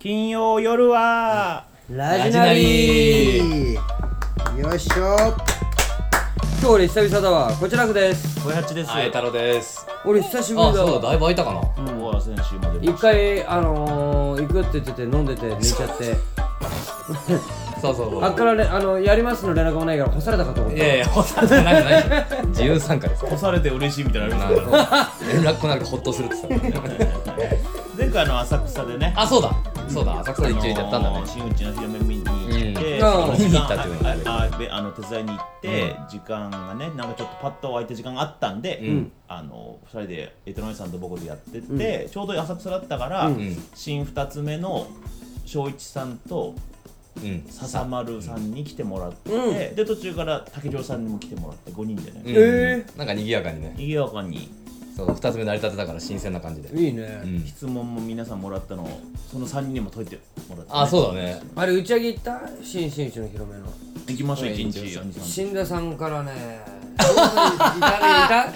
金曜夜は、ラジナビーよいしょ今日俺久々だわこちらくです小八です。あえ太郎です。俺久しぶあ、りだそうだ、わだいぶ空いたかな。うん、小原選手も出一ました。回あのー、行くって言ってて飲んでて寝ちゃってそうそうそう。あっからねあのやりますの連絡もないから干されたかと思っいたやいや、ほされてないじゃない自由参加です。押されて嬉しいみたいなのあなりるまほど連絡来なくてほっとするって言ってたもんね。す前回あの浅草でね、あ、そうだ。そうだ、浅草で一日やったんだあのーね。新内の広め見に行って、うんその時間見に行ったっていうのがねあああであの手伝いに行って、時間がね、なんかちょっとパッと空いた時間があったんで、うんあの二人でエトノイさんと僕でやってて、ちょうど浅草だったから、ん新二つ目の正一さんとうん。笹丸さんに来てもらって、うんで途中から竹城さんにも来てもらって5人でね、うんえなんか賑やかにね。賑やかにそう、二つ目成り立てだから新鮮な感じで。いいうねん。質問も皆さんもらったのをその3人にも解いてもらって、あ、そうだね。あれ打ち上げ行った新新種の広めの行きましょううん一日一い死んださんからね いたいた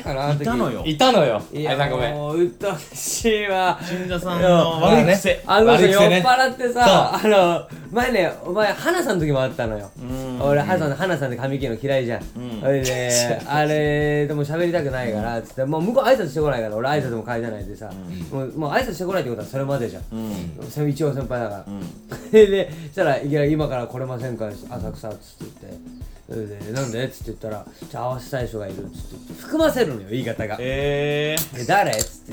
かなあ時たのよいたのよ。あいいやさんごめん。もううっとうしいわ神田さんの悪い癖あの人悪い酔っ癖ね払ってさ、あの前ねお前花さんの時もあったのよ、うん俺花さんの花さんって髪切るの嫌いじゃん、んそ れであれでも喋りたくないからっつってもう向こう挨拶してこないから俺挨拶も返さないでさ、もうもう挨拶してこないってことはそれまでじゃん、うんそれ一応先輩だから、うんそれ でそしたらいきなり「今から来れませんか?」浅草」っつって言ってそれで「なんで?」っつって言ったら「じゃあ合わせたい人がいる」っつって言って含ませるのよ言い方がえーで誰っつって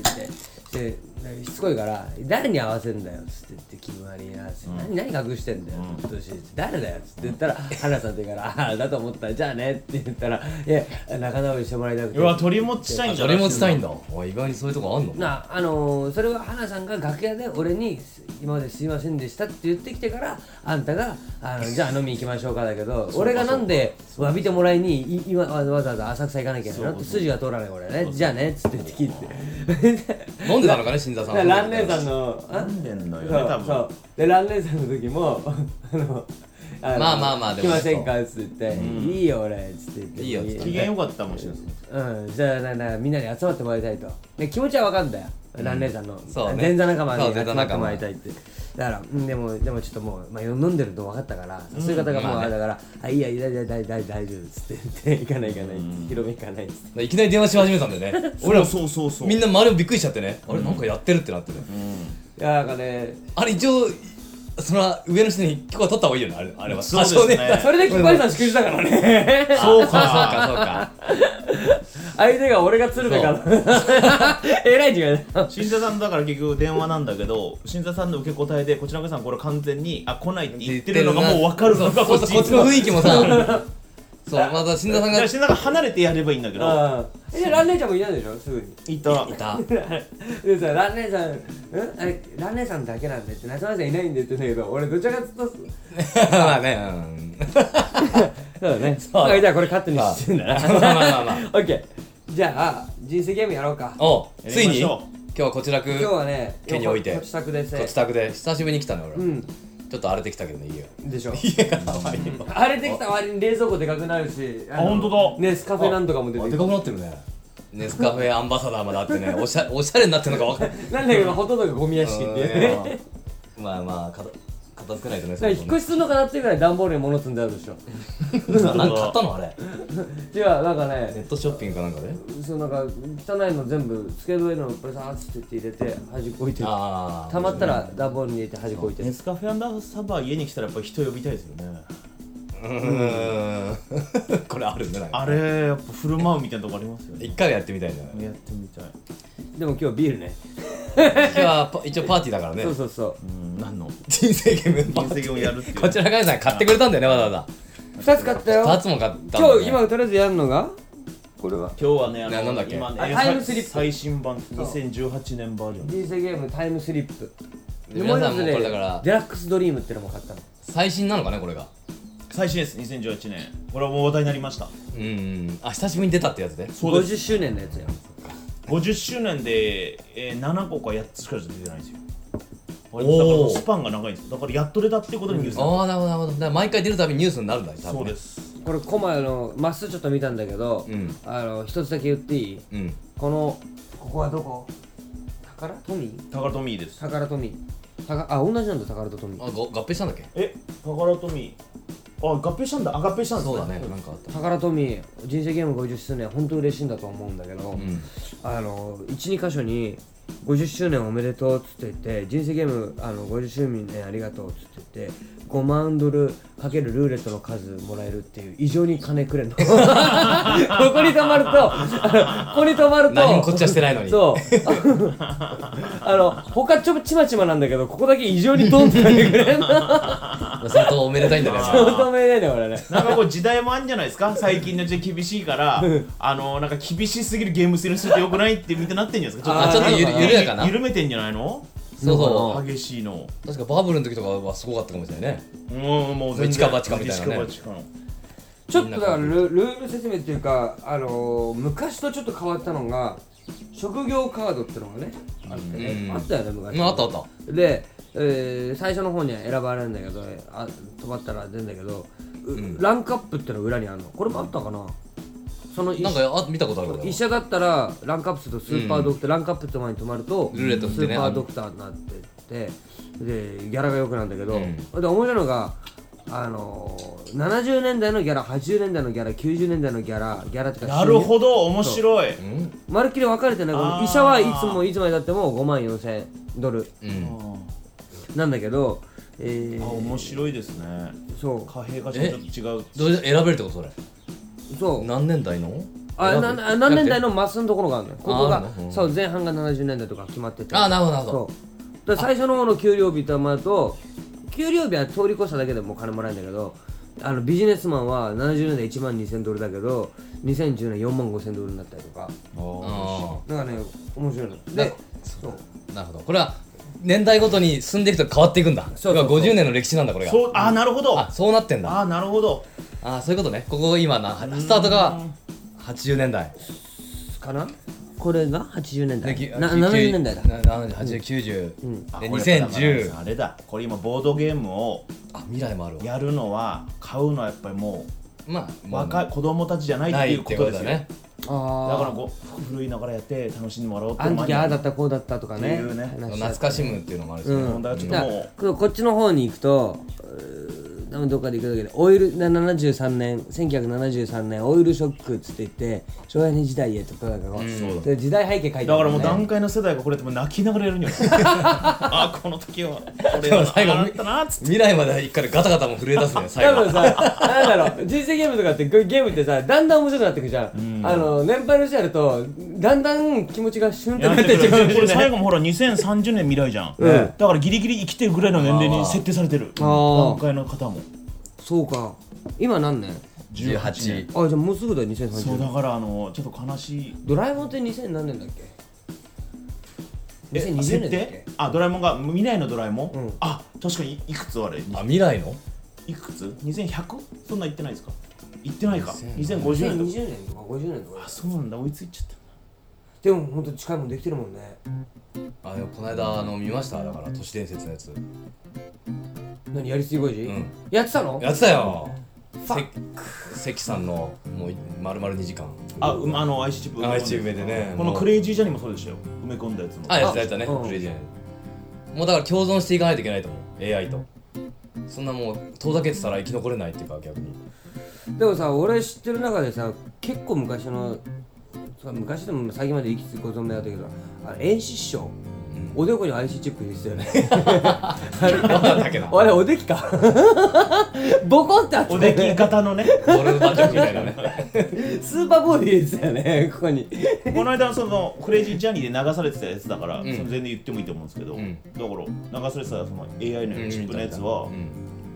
言ってでなんかしつこいから「誰に合わせるんだよ」っつって言って決まりやつって、何何隠してんだよ」って言ってほしいっつって誰だよ」っつって言ったら「花さん」って言うから「ああだと思ったじゃあね」って言ったら「いや仲直りしてもらいたくて」うわ鳥もちしたいんじゃな俺いもしたいんだ。おい意外にそういうとこあんのなあのーそれは花さんが楽屋で俺にす「今まですいませんでした」って言ってきてからあんたがあの「じゃあ飲み行きましょうか」だけ ど俺がなんで詫びてもらいにい今わざわざ浅草行かなきゃいけないのって筋が通らない俺ね「じゃあね」っつって言って切って。飲んでたのかね、新座さんは。で蘭姉さんのあ飲んでんのそよね多う分そうで蘭姉さんの時もあのあのまあまあまあで来もませんかっつって「いいよ俺」っつって言っていいよっつって機嫌良かったもんしれないうんじゃあななみんなに集まってもらいたいとで気持ちはわかんだよ蘭姉さんのそうね前座仲間そうに前集座仲間まってもらいたいってだからうんでもでもちょっともう、まあ、飲んでると分かったからそういう方がもうあれだから「あいいやいやいや大大大丈夫」っつって言って「行かない行かない」っつって「広め行かない」っつって。いきなり電話し始めたんだよね。俺 らそうそうそうみんな周りもびっくりしちゃってね。あれ、なんかやってるってなってね。いやなんかねあれ一応その上の人に許可取った方がいいよねあれあれはそうですね多少それでキッパリさん祝辞だからねそうそうか かそうか相手が俺が鶴瓶かなえらい違いだ新座さんだから結局電話なんだけど新座さんの受け答えでこちらのさんこれ完全にあ来ないって言ってるのがもう分かるのがそうそうこっちの雰 囲気もさそうまた新田さんじゃがあ新座が離れてやればいいんだけどうんえで蘭姉ちゃんもいたでしょすぐにいたいた でさ蘭姉さんんあれ蘭姉さんだけなんでって夏菜さんいないんでって言ってたけど俺どちらかというと まあねうんそうだねうそうじゃあこれカットにしてんだなまあまあまあまあオッケーじゃあ人生ゲームやろうかおやりましょうついに今日はこちらく今日はね手に置いてここ宅でこせっち宅で久しぶりに来たね俺うはんちょっと荒れてきたけどね家がでしょ家が可愛いわあれできた割に冷蔵庫でかくなるしああ本当だねスカフェなんとかも出てあくでるかくなってるねネスカフェアンバサダーまであってねお しゃおしゃれになってるのか分かん ないなんだけどほとんどがゴミ屋敷っていうねうんまあまあ片片付けないとねだから引っ越しするのかなっていうぐらい段ボールに物積んであるでしょなんか買ったのあれじゃあなんかネねットショッピングかなんかでそのなんか汚いの全部机の上のプレサーッつって入れて端っこ置いてるああたまったら段ボールに入れて端っこ置いてネるスカフェサバー家に来たらやっぱ人呼びたいですよねうーんこれあるんだなあれやっぱ振る舞うみたいなとこありますよね一回はやってみたいな今やってみたいでも今日ビールね日はパ一応パーティーだからねそうそうそううん何の人生ゲームパー人テ生ィをやるっていーうこちらがさん買ってくれたんだよねわざわ2つ買ったざ2よつも買ったんだ今よね日今とりあえずやるのがこれは今日はねあななんだっけ今ねあタイムスリップ最新版2018年バージョン人生ゲームタイムスリップで皆さんもうう一つねこれだからデラックスドリームってのも買ったの最新なのかねこれが最新です2018年これはもう話題になりましたうんうんあ久しぶりに出たってやつでそうです50周年のやつよ50周年で、えー、7個か8つしか出てないんですよだからおースパンが長いんですだからやっと出たってことにニュースになるああなるほどなるほどだから毎回出るたびにニュースになるんだね多そう分ねですこれコマのまっすーちょっと見たんだけどうんあの一つだけ言っていいうんこのここはどこ宝富タカラトミーです宝富たかあ同じなんだ宝とトミあご合併したんだっけえカカラトミーあ合併したんだあ合併したんですそうだねなんかあ った宝トミー人生ゲーム50周年本当嬉しいんだと思うんだけど、うんあの12箇所に50周年おめでとうっつって言って人生ゲームあの50周年ありがとうっつって言って5万ドルかけるルーレットの数もらえるっていう異常に金くれ んのここに泊まると あのここに泊まると何もこっちはしてないのにそう あの他ちょちまちまなんだけどここだけ異常にドンって金くれんの 相当おめでたいんだね相当めでたいね俺ねなんかこう時代もあるんじゃないです か最近の時代厳しいからあのなんか厳しすぎるゲームする人ってよくないってみたいになってんじゃないですかあちょっとゆあー緩やかな緩めてんじゃないのそうそ激しいのう確かバブルの時とかはすごかったかもしれないねうんもう全然一か八かみたいなね一か八かのちょっとだからルルール説明っていうか、あのー昔とちょっと変わったのが職業カードってのがねあってね、うんあったよね昔、うんあったあったで、えー最初の方には選ばれるんだけどあ止まったら出るんだけど、うランクアップってのが裏にあるのこれもあったかなそのなんかあ見たことあるわ医者だったらランクアップするとスーパードクター、ランクアップって前に止まるとルーレットっスてねーパードクターになってってでギャラが良くなるんだけど、うんで面白いのがあのー、70年代のギャラ80年代のギャラ90年代のギャラギャラってかなるほど面白いうんまるっきり分かれてないこあのー医者はいつもいつまでたっても5万4000ドルうんなんだけど、えあー、面白いですねそ貨幣がちょっと違うどうじゃ選べるってことそれうそう何年代のあ選ぶなな何年代のマスのところがあるのよここあがーなるほどそう前半が70年代とか決まっててあなるほどなるほどそうだから最初の方の給料日とまると給料日は通り越しただけでもう金もらえるんだけどあのビジネスマンは70年代1万2000ドルだけど2010年4万5000ドルになったりとかあだからね面白いのなでそうーなるほどこれは年代ごとに進んでいくと変わっていくんだそうそうそう要は50年の歴史なんだこれがそうあなるほどああそうなってんだあなるほどあーそういうことねここ今なスタートが80年代かなこれが80年代できな70年代だあこれやっぱだから7090で2010あれだこれ今ボードゲームをあ未来もあるわやるのは買うのはやっぱりもまあう若い子供たちじゃないっなていいうっこてとことですだよねねだあからこう古いながらやって楽しんでもらおうってああの時ああだったたこうだったとかねっていうね話し合懐ってかしむっていうのもあるしねうんだからちょっとだかもうらこっちの方に行くとうー多分どっかで行くだけでオイルな73年1973年オイルショックっつって言って昭和平成時代へとかなんかこう、んで時代背景書いてあるだからものうね段階の世代がこれでも泣きながらやるには あこの時は俺は最後あったなっつって未来まで行くからガタガタも震え出すね最多後分さ、なんだろう、人生ゲームとかって、ゲゲームってさ、だんだん面白くなってくじゃん。あの、年配の人やると、だんだん気持ちがシュンってやなっっててっちくゃうれんるだこよれね。最後もほら2030年未来じゃん、うんだからギリギリ生きてるぐらいの年齢に設定されてるまあまあ段階の方もそうか。今何年18あ、じゃあもうすぐだよ、そう2030だ年。からあのちょっと悲しいドラえもんって2000何年だっけえ ?2020 設年だっけ定あドラえもんが未来のドラえもん、んあ確かにいくつあれあ未来のいくつ 2100? そんなん言ってないですか言ってないか2050 2050年とか2020年とか50年とかあそうなんだ追いついちゃったでもほんと近いもんできてるもんねあでもこの間あの見ましただから都市伝説のやつ何やりすぎ5時、うんやってたのやってたよファせ関さんのもう丸々2時間あ、うん、あの IC チップあ IC チップでねこのもうクレイジージャーニーもそうでしたよ埋め込んだやつもあやってたやってたねうんクレイジーもうだから共存していかないといけないと思う AI とそんなもう遠ざけてたら生き残れないっていうか逆に でもさ俺知ってる中でさ結構昔のさ昔でも最近まで生きてご存命だったけどあの遠視師匠、おでこに IC チップ入れてたよね だけどあれおできか ボコンってあったおよでねき型 のねボールバッチョみたいなねスーパーボール入れてたよねここにこの間そのクレイジージャーニーで流されてたやつだから、んその全然言ってもいいと思うんですけど、んだから流されてたその AI のチップのやつは、うん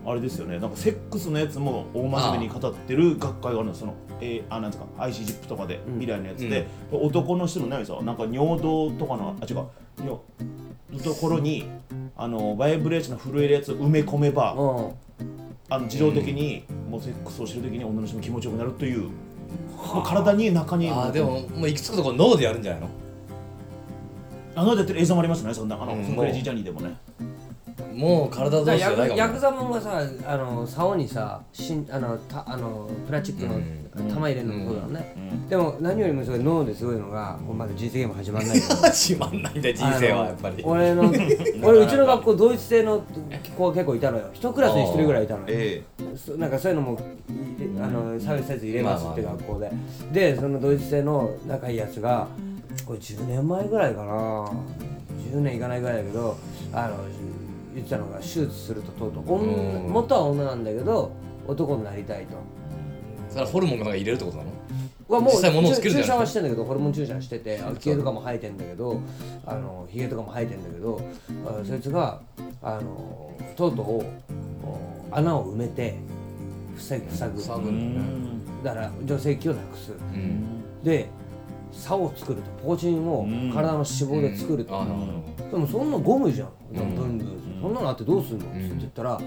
あれですよねなんかセックスのやつも大真面目に語ってる学会があるのその、えー、あなんですか IC ジップとかで、未来のやつで、男の人の何さなんか尿道とかのあ違う尿のところにあのバイブレーションの震えるやつを埋め込めば、うんあの自動的に、もうセックスをしてる時に女の人も気持ちよくなるという、もう体に中にあーでももういくつかとこ脳でやるんじゃないのあのやってる映像もありますねそんなあの、うんそのクレイジージャーニーでもねもう体同士だじかゃらヤないクかヤもク ねザもんがさあの竿にさしんあのたあのプラスチックうんの玉入れるのもそうだもんね、うんでも何よりもそれ脳ですごいのがもうまだ人生ゲーム始まんない けど閉まんないんだよ人生はやっぱりあの俺の俺うちの学校ドイツ製の子が結構いたのよ一クラスに一人ぐらいいたのよええそなんかそういうのも入れあの差別せず入れますってまあまあ学校で、でそのドイツ製の仲いいやつがこれ10年前ぐらいかな10年いかないぐらいだけどあの言ってたのが手術するととうとう女うん元は女なんだけど男になりたいとそれはホルモンかなんか入れるってことなのはもう実際物を作るじゃ注ない射はしてんだけどホルモン注射しててひげとかも生えてんだけどあのひげとかも生えてんだけどあそいつがあのとうとうお穴を埋めて塞ぐ塞ぐ塞うぐんだから女性器をなくすうんで竿を作るとポーチンをうん体の脂肪で作るああと、なるでほもそんなゴムじゃん、んブンブンそんなのあってどうすんの、んって言ったら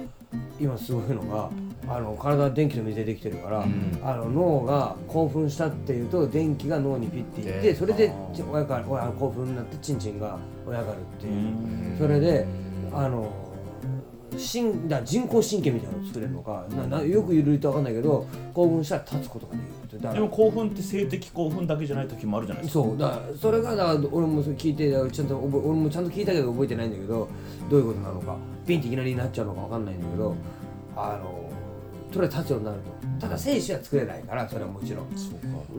今すごいのがあの体は電気の水でできてるから、んあの脳が興奮したっていうと電気が脳にピッていってでそれであーち親から親が興奮になってチンチンが親がるっていうう、んどそれでうんあの神だ人工神経みたいなのを作れるのか、ななよく言うと分かんないけど興奮したら立つことができるってだかでらも興奮って性的興奮だけじゃない時もあるじゃないですかそうだからそれがだから俺もそれ聞いてだからちゃんと覚え俺もちゃんと聞いたけど覚えてないんだけどどういうことなのかピンっていきなりになっちゃうのかわかんないんだけどあのとりあえず立つようになるとただ精子は作れないからそれはもちろ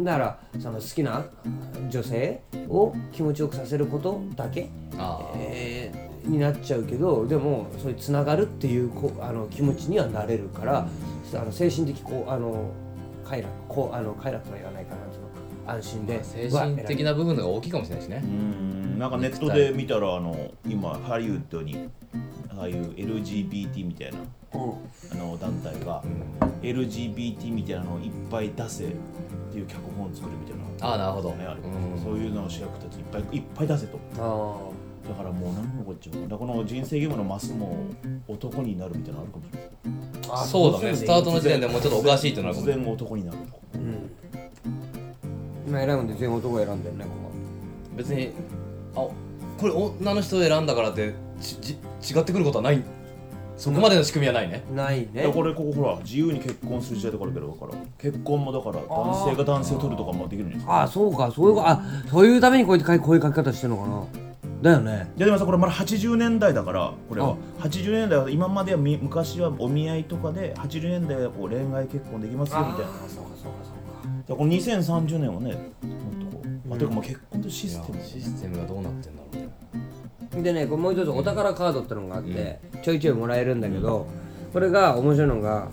んだからその好きな女性を気持ちよくさせることだけ、ああえーになっちゃうけどでもそういうつながるっていうこあの気持ちにはなれるからあの精神的こうあの快楽こうあの快楽とは言わないかなその安心で精神的な部分の方が大きいかもしれないしねうんなんかネットで見たらあの今ハリウッドにああいう LGBT みたいなうんあの団体がうん LGBT みたいなのをいっぱい出せっていう脚本を作るみたいなああなるほどねあるうんそういうのを主役たちいっぱいいっぱい出せとあだからもう何もこっちゃだからこの人生ゲームのマスも男になるみたいなのあるかもしれないあそうだねスタートの時点でもうちょっとおかしいってなるか突も然男になるとかうん今選ぶんで全員男を選んだよねこ別にあこれ女の人を選んだからってちち違ってくることはないそこまでの仕組みはないねこないねだからこれここほら自由に結婚する時代とかあるけどだから結婚もだから男性が男性を取るとかもできるんですよああそうかそういうこあそういうためにこうやって書いこういう書き方してるのかなだよねいやでもさこれまだ80年代だからこれはあ80年代は今まではみ昔はお見合いとかで80年代はこう恋愛結婚できますよみたいなあそうかそうかそうかだからこの2030年はねもっとこう、まあ、てかまあ結婚とシステムいやシステムがどうなってんだろうねでねこれもう一つお宝カードってのがあって、ちょいちょいもらえるんだけど、これが面白いのが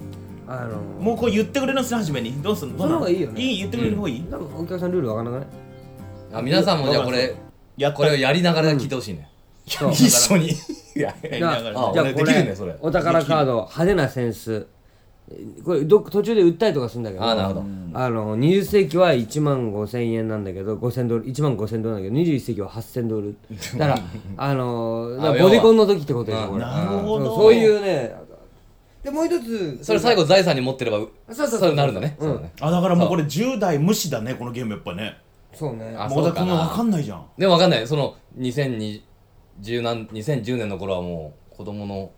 あのもうこう言ってくれるんですね初めにどうするのその方がいいよねいい言ってくれる方がいい、多分お客さんルールわからなくないあ皆さんもじゃあこだかれやったこれをやりながら聞いてほしいね、そう一緒にいや やりながらあねじゃあ俺こできるれねそれお宝カード派手なセンスこれど途中で売ったりとかするんだけどあなるほどあの20世紀は1万5000円なんだけど5000ドル1万5000ドルなんだけど21世紀は8000ドルだからあのだからボディコンの時ってことでしょこれなるほそうどそういうねでもう一つそれ最後財産に持ってればうそうそうそうなるんだね、うんそうだねあだからもうこれ10代無視だねこのゲームやっぱねそうねあもうだからこそうかのな分かんないじゃんでも分かんないその2020何2010年の頃はもう子供の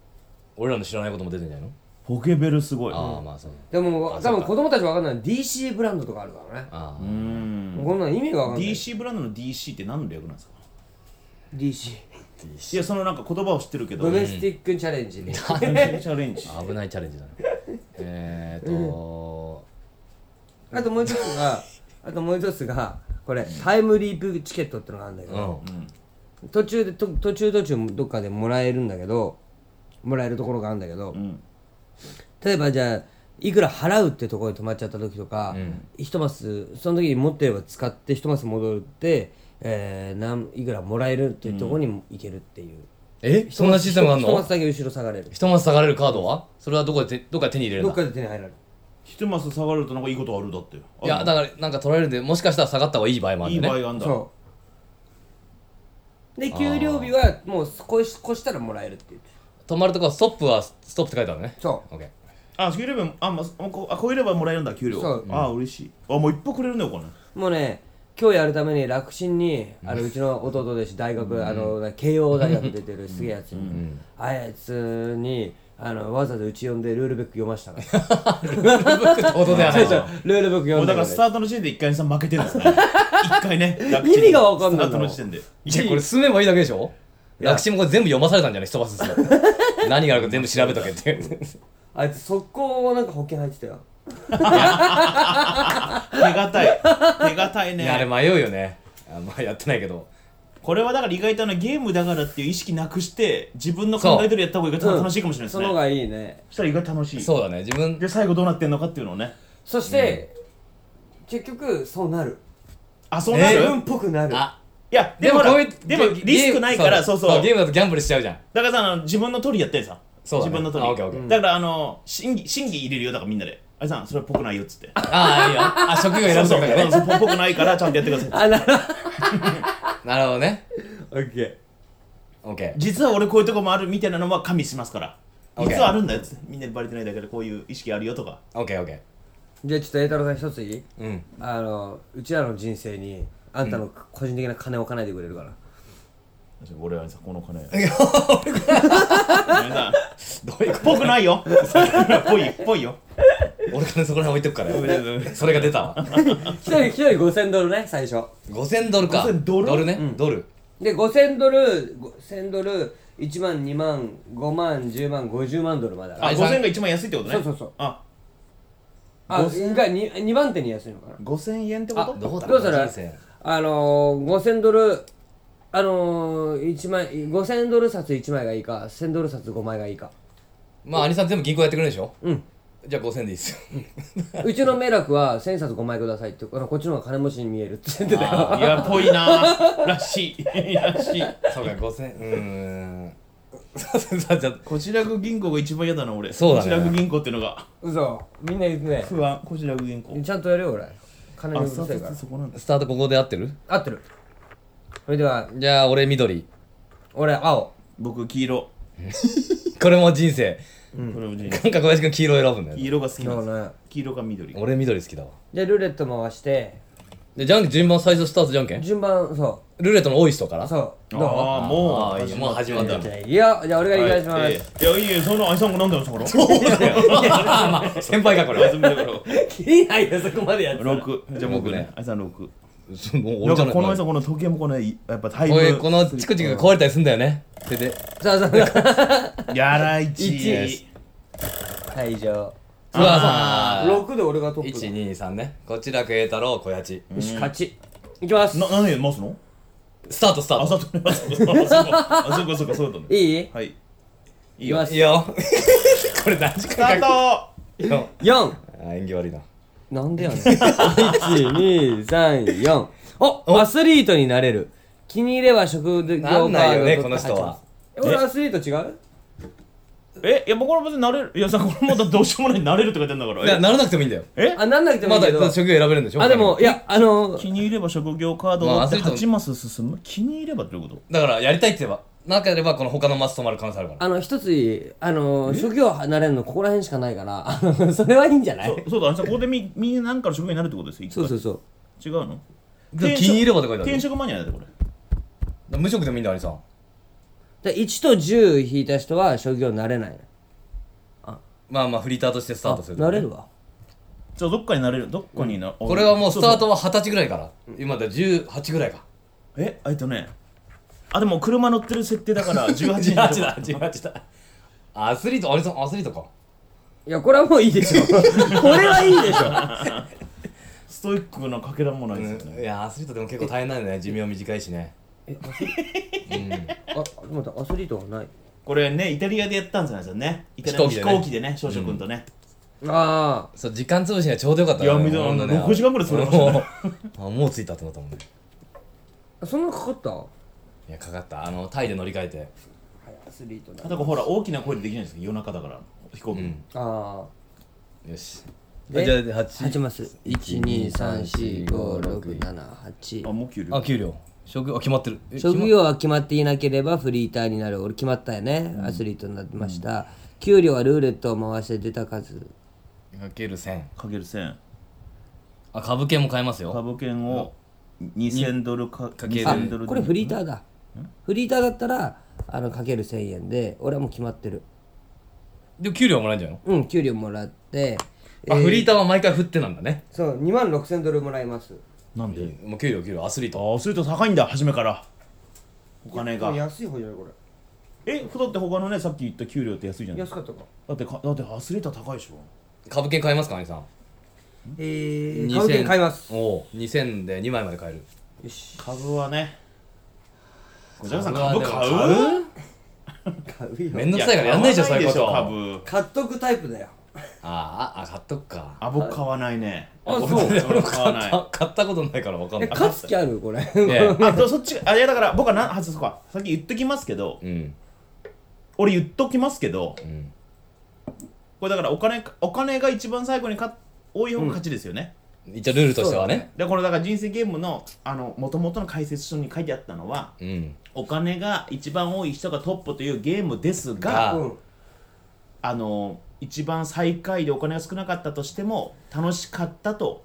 俺らの知らないことも出てんじゃないの、ポケベルすごいああまあそうでもあ多そう分か子供たちわかんない DC ブランドとかあるからねああ、うーんこんなん意味がわかんない DC ブランドの DC って何の略なんですか DC いやそのなんか言葉を知ってるけどドメスティックチャレンジねチャレンジ危ないチャレンジだねえーとあともう一つが、あともう一つが、これ、タイムリープチケットってのがあるんだけうど、ん途中で、と途中途中どっかでもらえるんだけど、もらえるところがあるんだけど、ん例えばじゃあ、いくら払うってところに止まっちゃった時とか、一マス、その時に持ってれば使って、一マス戻って、えー、なんいくらもらえるっていうところにも行けるっていう。えそんなシステムがあん一マのスだけ後ろ下がれる。一マス下がれるカードはそれはどこで手どっかで手に入れるどっんだかで手に入られる。一マス下がるとなんかいいことあるだってあいやだからなんか取られるんでもしかしたら下がった方がいい場合もあいるいんだ場よ合があんねだそう。で、給料日はもう少し越したらもらえるっていう。止まるとこはストップはストップって書いてあるねそう。オッケーあ給料分あ、まあ、こあ超えればもらえるんだ給料そうあ嬉しいあもう一歩くれるねお金もうね今日やるために楽ちんにあのうちの弟弟子大学、あの慶応大学出てるすげえやつ、あやつにあのわざわざうち呼んでルールブック読ましたから 音ではない最じゃん初ルールブックも読うんだでからスタートの時点で一回さん負けてるんですね一回ね楽ちん意味がわかんないスタートの時点でいやこれ進めばいいだけでしょ楽ちんもこれ全部読まされたん じゃない一バスずつ何があるか全部調べとけっていうあいつ速攻なんか保険入ってたよ手堅い手堅い いやあれね迷うよねあんまあやってないけどこれはだから意外とあのゲームだからっていう意識なくして自分の考えてるやった方が意外と楽しいかもしれないですそねの方がいいねそしたら意外と楽しいそうだね自分で最後どうなってんのかっていうのをねそして、結局そうなるあそうなえる、自ー分っぽくなるあいやででももほらこうでいもうゲリスクないからそうそうゲームだとギャンブルしちゃうじゃんだからさあの自分の通りやってさそうだね自分の通りあオッケーオッケーだからあの審議審議入れるよだからみんなであれさんそれっぽくないよっつってああいいよあ職業そ選うんそうだからねっぽくないからちゃんとやってくださいあなるなるほどねオッケーオッケー実は俺こういうとこもあるみたいなのは加味しますからオッケー実はあるんだよっつってみんなにバレてないだけでこういう意識あるよとかオッケーオッケじゃあちょっと栄太郎さん一ついいーうんあのうちらの人生にあんたの個人的な金を置かないでくれるから、俺はさこの金やどういう っぽくないよっぽいっぽいよ俺金そこら辺置いとくからよそれが出たわ一人一人5000ドルね最初5000ドルか5000ドルね、ドルで5000ドル5000ドル1万2万5万10万50万ドルまでああはるい5000が一番安いってことねそうそうそうああが 2, 2番手に安いのかな5000円ってことどうだどうする人生あのー、5000ドルあのー、1枚5000ドル札1枚がいいか1000ドル札5枚がいいかまあ兄さん全部銀行やってくれるでしょうんじゃあ5000でいいっすようちの迷惑は1000冊5枚くださいってあのこっちの方が金持ちに見えるって言ってたよいやっぽいならしいらしいそうか5000うーん そうそうそうじゃあこちらぐ銀行が一番嫌だな俺そうだねこちらぐ銀行っていうのが嘘みんな言ってね不安こちらぐ銀行ちゃんとやるよ俺金にあうるそうせそえうからそこなんだスタートここで合ってる合ってるそれではじゃあ俺緑俺青僕黄色これも人生これも人生なんか小林君黄色選ぶんだよ黄ね色が好きな今んで日すね黄色が緑俺緑好きだわでルーレット回してでじゃんけん順番最初スタートじゃんけん順番そルーレットの多い人からうそうどうああもあうーいいよもう始まったじゃあいいよじゃあ俺がお願いします、すいやいいよその愛さんが何だよそこからそう先輩か これだから切り ないよそこまでやっ て六じゃあ僕僕ねね愛さん六そうもうな俺んじゃかないこの愛さんこの時計もこのねやっぱタイムおいこのチクチクが壊れたりすんだよねそれでそうそうそうやらい一ち退場うわそう6で俺がトップだ123ねこちらく栄太郎小八よし勝ちいきますな何で回すのスタートスタあーさトとあそうかあそうかそうかそうだねいいはいいいいきよまスすいいよこれ何時タ間ーかトいいよ4あ演技悪いななんでやねん1234おアスリートになれる気に入れば職業カーなんドないよねとこの人はえ俺アスリート違うえいや僕ら別になれるいやさこれもだってどうしようもないなれるって書いてんだかいやらならなくてもいいんだよえあなんなくてもいまいけだど、職業選べるんでしょあでもいやあの気に入れば職業カードをま持あってアスリート8マス進む気に入ればどういうことだからやりたいって言えばなければこの他のマス止まる可能性あるからあの一ついいあの職業離れるのここら辺しかないから あのそれはいいんじゃないそうそうだあのさここでみみんななんかの職業になるってことですよ一そ回うそうそう違うのでも気に入ればって書いてあ転るよだか職マニアだよこれら無職でもいいんだ兄さんで1と10引いた人は職業なれないまあまあフリーターとしてスタートするなれるわじゃあどっかになれるどっかにな、これはもうスタートトは二十歳ぐらいから今だ18ぐらいかええっとねあでも車乗ってる設定だ から18時18だ18だアスリート兄さんアスリートかいやこれはもういいで しょこれはいいでしょ ストイックなかけらもないですよね、いやアスリートでも結構大変なんだよね寿命短いしねあ待ってアスリートはないこれねイタリアでやったんじゃないですよねイタリアの飛飛行機でね行機でね少々君とね、あそう時間潰しにはちょうどよかったねいや見たほんとね6時間ぐらい潰れましたね もうあもう着いたってなったもんねあそんなかかったいやかかったあのタイで乗り換えてアスリートただこうほら大きな声でできないんですけど夜中だから飛行機、んああよしでじゃあ8 8マスあ123456788もう給料あ給料職業あ決まってるえ職業は決まっていなければフリーターになる俺決まったよね、アスリートになってました、給料はルーレットを回して出た数決まかける1000かける1000あ株券も買えますよ株券を2000ドルかかける2000ドルこれフリーターだフリーターだったらあのかける1000円で俺はもう決まってるでも給料もらえんじゃないうん給料もらっての、あフリーターは毎回振ってなんだねそう2万6000ドルもらいますなんでもう給料給料アスリーあトーそれと高いんだ初めからお金が安い方じゃないこれえふだって他のねさっき言った給料って安いじゃないかったかだってかだってアスリートは高いでしょ株券買いますか兄さんえー2000株券買いますよおう2000で2枚まで買えるし株はね小島さん株はで株も買買う買うめんどくさいからやんないでしょそういうこ買とわないでしょ株買っとくタイプだよあーああ買っとくかあ僕買わないねあそう俺俺も買わ買っない た買ったことないから分かんなえい勝つ気あるこれねあとそっちあいやだから僕はなはずそっかさっき言っときますけどうん俺言っときますけどうんこれだからお金お金が一番最後にか多い方が勝ちですよね、一応ルールとしてはねでこのだから人生ゲームのあの元々の解説書に書いてあったのはうんお金が一番多い人がトップというゲームですがあうんあの一番最下位でお金が少なかったとしても楽しかったと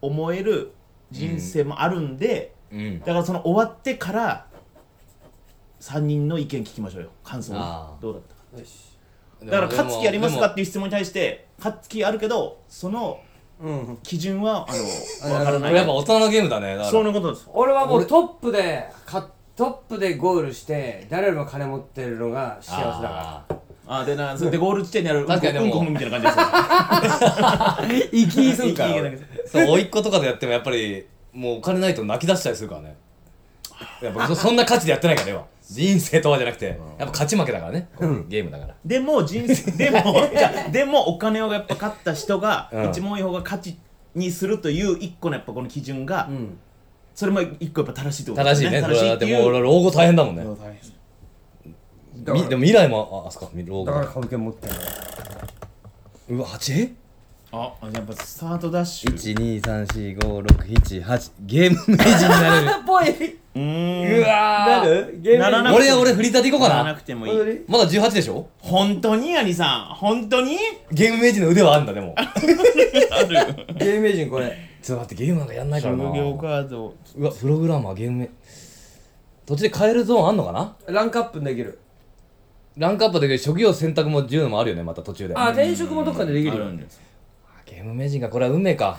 思える人生もあるんで、うんだからその終わってから3人の意見聞きましょうよ感想あをーどうだったかよしだから勝つ気ありますかってていう質問に対して勝つ気あるけどそのうん基準はあのあわからななるほどいやっぱ大人のゲームだねだかそうらいうことです俺はもうトップでかトップでゴールして誰よりも金持ってるのが幸せだかあーあでなそれでゴール地点にあるうんこ確かにでもうんこ踏むみたいな感じですら 生きそうかいいらね俺そう甥っ子とかでやってもやっぱりもうお金ないと泣き出したりするからねやっぱ そそんな価値でやってないからね今人生とはじゃなくてやっぱ勝ち負けだからねこういうゲームだからでも人 生でもじゃあでもお金をやっぱ勝った人がうん一問一方が勝ちにするという一個のやっぱこの基準が、んそれも一個やっぱ正しいってことで正すしいねねそれはだっってていもうう俺老後大変だもんねもう大変ですだみかでも未来もああそっかみ老後らだから株券持ってるうわ 8? あやっぱスタートダッシュ1234567ゲーム名人になれるぽいうーん うわーるゲームならな俺は俺フリーターでいこうかならななくてもい本当いにまだ18でしょ本当に兄さん本当にゲーム名人の腕はあるんだでもあるゲーム名人これちょっと待ってゲームなんかやんないからな商業カうードわプログラマーゲーム名途中で変えるゾーンあんのかなランクアップできるランクアップだけど職業選択も自由のもあるよねまた途中であ転職もどっかでできあるよるんですゲーム名人がこれは運命か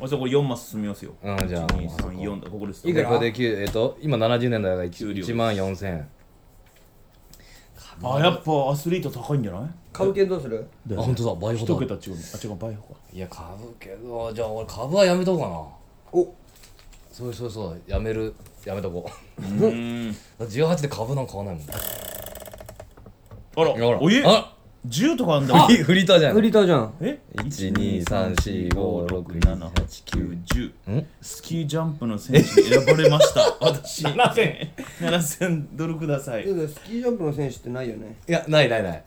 あそこ4マス進みますようんじゃあもうあそこ1234だここですいくらこれで9えっと今70年代だから給料です1万4000円あやっぱアスリート高いんじゃない株券どうするあ本当だ倍ほ一どある桁違うあ違う倍ほかいや株けどじゃあ俺株はやめとこうかなおそうそうそうやめるやめとこううーん だって18で株なんか買わないもんあらほらおえあ10とかあんだフリフリーターじゃんフリーターじゃんえ12345678910 12345678910スキージャンプの選手に選ばれました私7000 7000ドルくださけいどスキージャンプの選手ってないよねいやないないない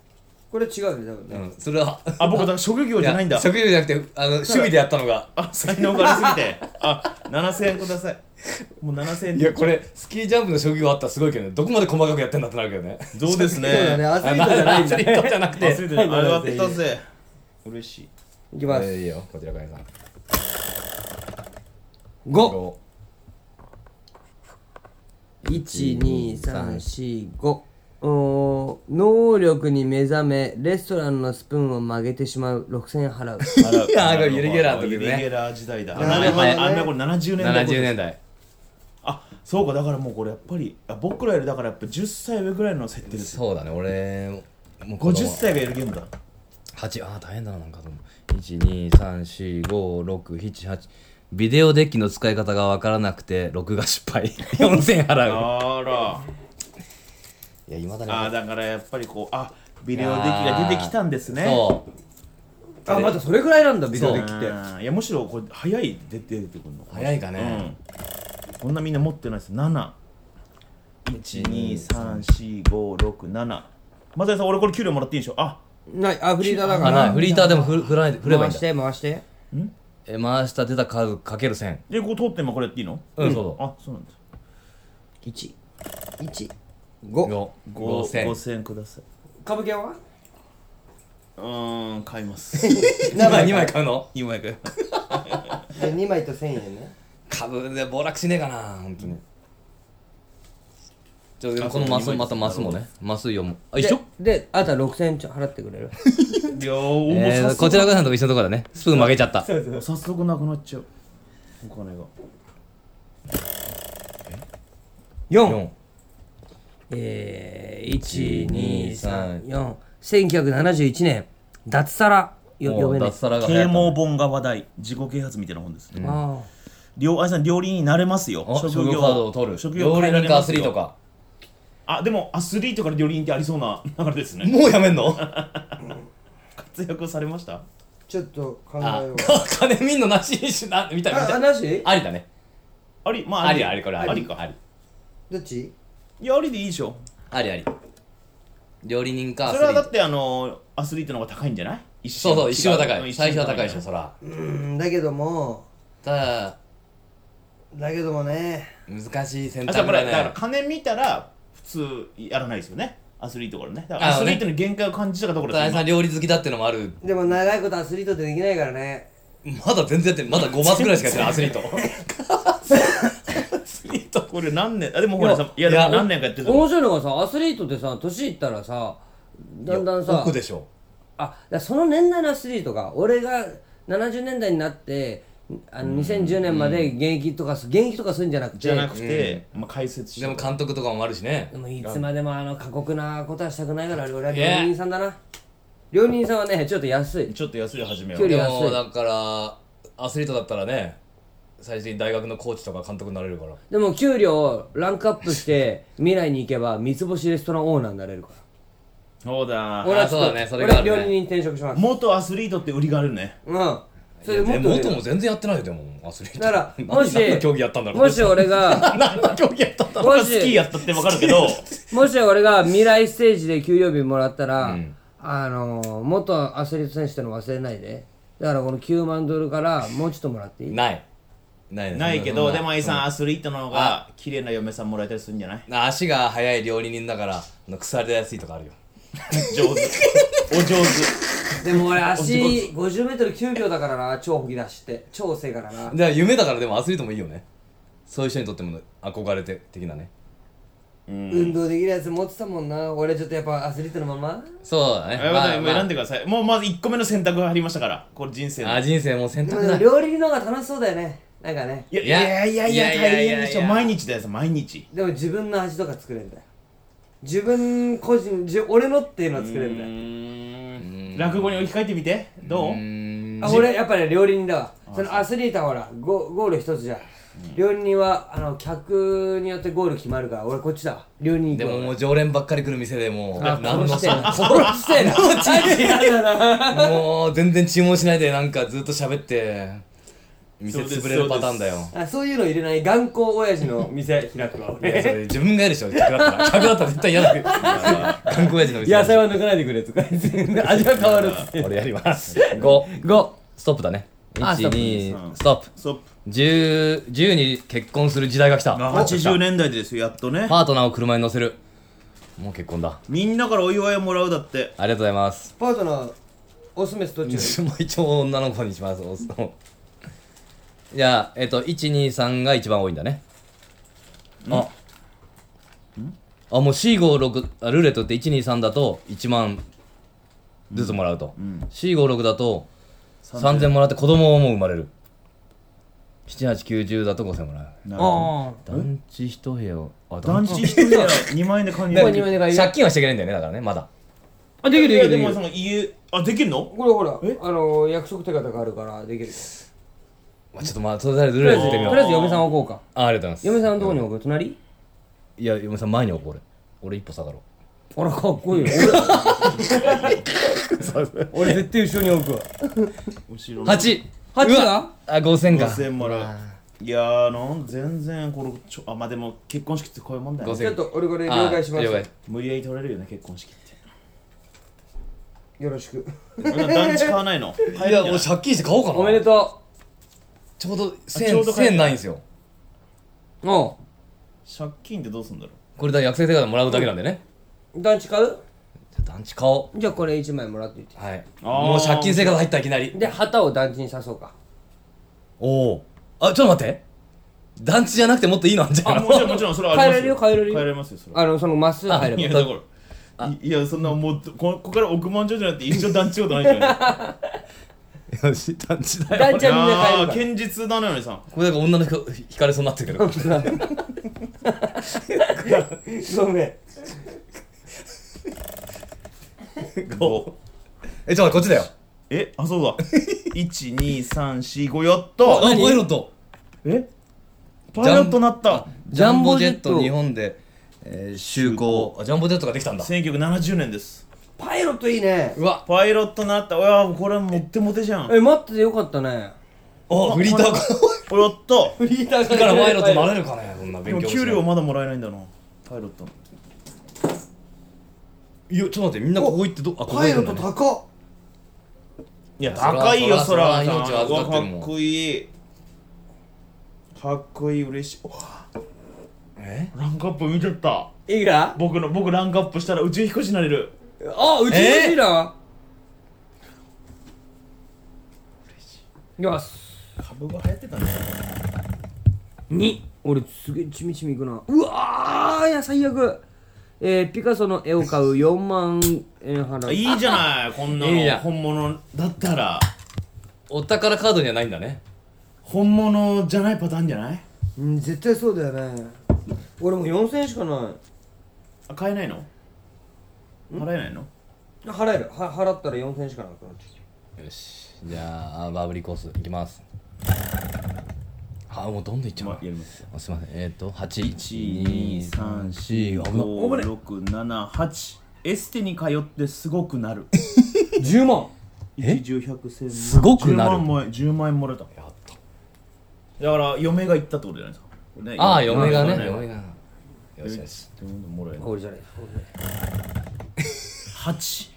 これ違うよね多分うねんそれはあ僕だから職業じゃないんだや職業じゃなくてあの趣味でやったのがあ才能がありすぎてあ7000円くださいもう7000円いやこれスキージャンプの職業あったらすごいけどねどこまで細かくやってんだってなるけどねそうですそうだねねアスリートじゃないんだアスリートじゃなく忘てれてないあれはったぜ嬉しいいきまえーすいいよこちらからさん5五12345おー能力に目覚めレストランのスプーンを曲げてしまう6000円 払いうやーこれユリゲラーの時ねユリゲラー時代だやーあれははいあんなこれ70年代70年代あそうかだからもうこれやっぱりあ僕らよりだからやっぱ10歳上ぐらいの設定ですよそうだね俺もう子供50歳がやるゲームだ八あー大変だななんかでも123456789ビデオデッキの使い方が分からなくて録画失 敗4000払うあらいや今だあーねだからやっぱりこうあビデオデッキが出てきたんですねそうあまたそれぐらいなんだビデオデッキってうんいやむしろこれ早い出て出てくるの早いかね、うんこんなみんな持ってないです7 1 2 3 4 5 6 7マサイさん俺これ給料もらっていいでしょあないあフリーターだかあないらフリーターでも振る振らないで振ればいい回んだして回してえ回した出た数かける1000でこう通ってもこれやっていいのうんそうあそうなんだだ115よご5000 5000円ください株券はうーん買い ます2枚2枚買うの今やから2枚と1000円ね株で暴落しねえかな本当にちょあこのマスそうまたマスもねマスよもあで一緒であとは6000円ちょ払ってくれいるやーえもうーこちらがさんと一緒のところだねスプーン曲げちゃった早速早速なくなっちゃうお金が4四えー、1234 1971年脱サラよも読うめない脱サラが流行啓った蒙本が話題自己啓発みたいな本ですね、あ料あいさん料理人になれますよあ職業カードを取る職業料変え理ら人れますかアスよリートかあでもアスリートから料理人ってありそうな流れですねもうやめんの活躍されましたあちょっと考あか 金見んのなしにしなみたいなああなしありだねありまあありありこれありありかありどっちいやありでいいでしょありあり料理人かアそスれリはだーっトてあのアスリートの方が高いんじゃない一そうそう一瞬は高うんい一最瞬初は高いでしょよそらうんだけどもただだけどもね難しい選あそう択これだだからね金見たら普通やらないですよねアスリートからねだかあらアそスうねリートの限界を感じたかどころ大で谷すさよん料理好きだってのもあるでも長いことアスリートってできないからねまだ全然やってるまだ5月ぐらいしかや ってないアスリ ートアスリート今これ何年あでもほらさいやいや何年かやってる面白いのがさアスリートってさ年いったらさだんだんさ奥でしょあだからその年代のアスリートが俺が70年代になってあの2010年まで現役とかす現役とかするんじゃなくてじゃなくて、まあ、解説してでも監督とかもあるしねでもいつまでもあの過酷なことはしたくないから俺は料いや理人さんだな料理人さんはねちょっと安いちょっと安い始めよ距う離で安いもだからアスリートだったらね最終的に大学のコーチとか監督になれるからでも給料をランクアップして未来に行けば三つ星レストランオーナーになれるかそうだら俺はちょっとそうだねそれがあるね俺は料理人に転職します元アスリートって売りがあるねうんそれいやもでっもと元も全然やって ないよでもアスリートだから何もし何の競技やったんだろうもし俺が 何の競技やったんだろもスキーやしったって分かるけどもし俺が未来ステージで給料日もらったら、んあのー元アスリート選手っての忘れないでだからこの9万ドルからもうちょっともらっていういないないねないけそどんなでも愛さんアスリートの方が綺麗な嫁さんもらえたりするんじゃない な足が速い料理人だからあの腐りやすいとかあるよ上手お上でも俺足 50m9 秒だからな超補ぎ出しって超遅いからなじゃあ夢だからでもアスリートもいいよねそういう人にとっても憧れて的なね運動できるやつ持ってたもんな俺ちょっとやっぱアスリートのままそうだね手、まあ、選んでくださいもうまず1個目の選択がありましたからこれ人生のあ人生もう選で択もだ料理人の方が楽しそうだよねなんかねいやいやいやいやいや大いやいやいや変でしょ毎日だよ毎日でも自分の味とか作れるんだよ自分個人じ俺のっていうのを作れるんだよ落語に置き換えてみてどうあ俺やっぱり料理人だわそのアスリートはほらゴゴール一つじゃ、ん、料理人はあの客によってゴール決まるから俺こっちだわ料理人で行くもわもう常連ばっかり来る店でもうあ何殺のしてんな殺してんな嫌だなもう全然注文しないでなんかずっと喋って店潰れるパターンだよあそういうの入れない頑固親父の店開くわいやそ俺れ自分がやるでしょ客だったら客だったら絶対嫌だけど韓国親父の店野菜は抜かないでくれとか言って味が変わるっつって俺やります5 5ストップだねあストップ12ストップストップ 10, 10に結婚する時代が来た80年代ですよやっとねパートナーを車に乗せるもう結婚だみんなからお祝いをもらうだってありがとうございますパートナーオスメスどっちがいいもう一応女の子にしますおそうじゃあえっと123が一番多いんだねああもう456あルーレットって123だと1万ずつもらうと、456だと3000もらって子供も生まれる7890だと5000もらうなるほああ団地一部屋をあど団地一部屋2万円で管理これでき2る枚で買い借金はしていけないんだよねだからねまだあでいきるできやるでできもるその家あできるのこれほらえあの約束手形があるからできるとまあちょっとまあそれぞれルーりレあッえトずと行ってりみようあえず嫁さん置こうかあありがとうございます嫁さんのどこに置く隣いや嫁さん前に置こう俺俺一歩下がろうあらかっこいい俺俺絶対後ろに置くわ後ろの八。八うわがあ五千か。 5000もらういやーなん全然このちょあまあでも結婚式ってこういうもんだよ5000ねちょっと俺これ了あ解しま了解す無理やり取れるよね結婚式ってよろしく団地買わ ないのいや俺借金して買おうかな。おめでとちょうどちょう千ど買えた千ないんですよ。うお借金ってどうすんだろこれだ約束手形もらうだけなんでね。う団地買うじゃあ団地買おじゃあこれ1枚もらっていてう。はい。あーもう借金生活入ったいきなり。で旗を団地に刺そうかおお。あちょっと待って。団地じゃなくてもっといいのあんじゃあんもちろんもちろんそれはあります帰れるよ帰れるよ帰れますよそれはあのそのまっすぐ入いやればだからいいやそんなもうこここから億万長者なんて一生団地ことないじゃ ないですか よし団地だ大よいちゃんみんな帰やるーから堅実だねのりさんこれなんか女の人惹かれそうになってるけどごめんこうえちょっと待ってこっちだよえあそうだ12345やったあパイロットえパイロットなったジャンボジェッジャンボジェットト日本で、えー就航あジャンボジェットができたんだ1970年ですパイロットいい ねうわパイロットなったうわこれもってもてじゃんえ待っててよかったねおフリーターかおやったフリーターだからパイロットなれるかねそんなで勉も強給料まだもらえないんだなパイロットのいやちょっと待ってみんなここ行ってどあここパイロ行ットくんだね高っいやそら高いよそそららそら命を預かってるもんうわかっこいいかっこいい嬉しいおえランクアップ見ちゃったいいか僕の僕ランクアップしたら宇宙飛行士になれるあうちのシーラいきます株が流行ってたね2俺すげえちみちみいくなうわーいや最悪えー、ピカソの絵を買う4万円払ういいじゃないこんないいじゃのん本物だったらお宝カードにはないんだね本物じゃないパターンじゃないうん絶対そうだよね俺もう4000円しかなあ買えないの払えないのい払えるは払ったら4000円しかなくなってきてよしじゃあバブリーコースいきますあもうどんどんいっちゃうまなあやりますあすいませんえっ、ー、と1234567 8234危ない8エステに通ってすごくなる10万え一重百千万すごくなる10万も10万円もらえたやっただから嫁が行ったってことじゃないですか、ねああ嫁がね嫁嫁ががよしよしどんどんもらえる俺じゃない八。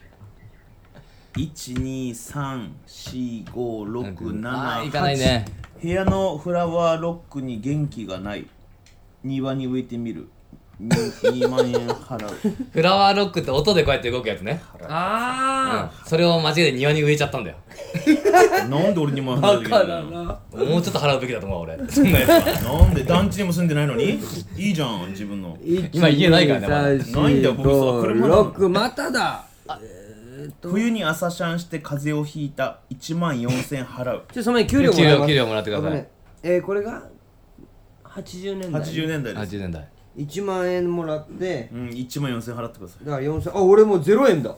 一二三四五六あ七。ーいかないね八。部屋のフラワーロックに元気がない。庭に植えてみる。に二万円払 う。フラワーロックって音でこうやって動くやつね、うんあそれを間違えて庭に植えちゃったんだよなんで俺にもあ払バうカだなもうちょっと払うべきだと思う俺そんなやつはなんで団地にも住んでないのに。いいじゃん、自分の。今家ないからねまだないんだよ僕さ車なの6まただ冬に朝シャンして風邪をひいた。一万四千払う。ちょその前に給料もらいます給料給料もらってください危ねええー、これが80年代八十年代です。 80年代1万円もらってうん、一万四千払ってください。だから4000あ俺もう0円だ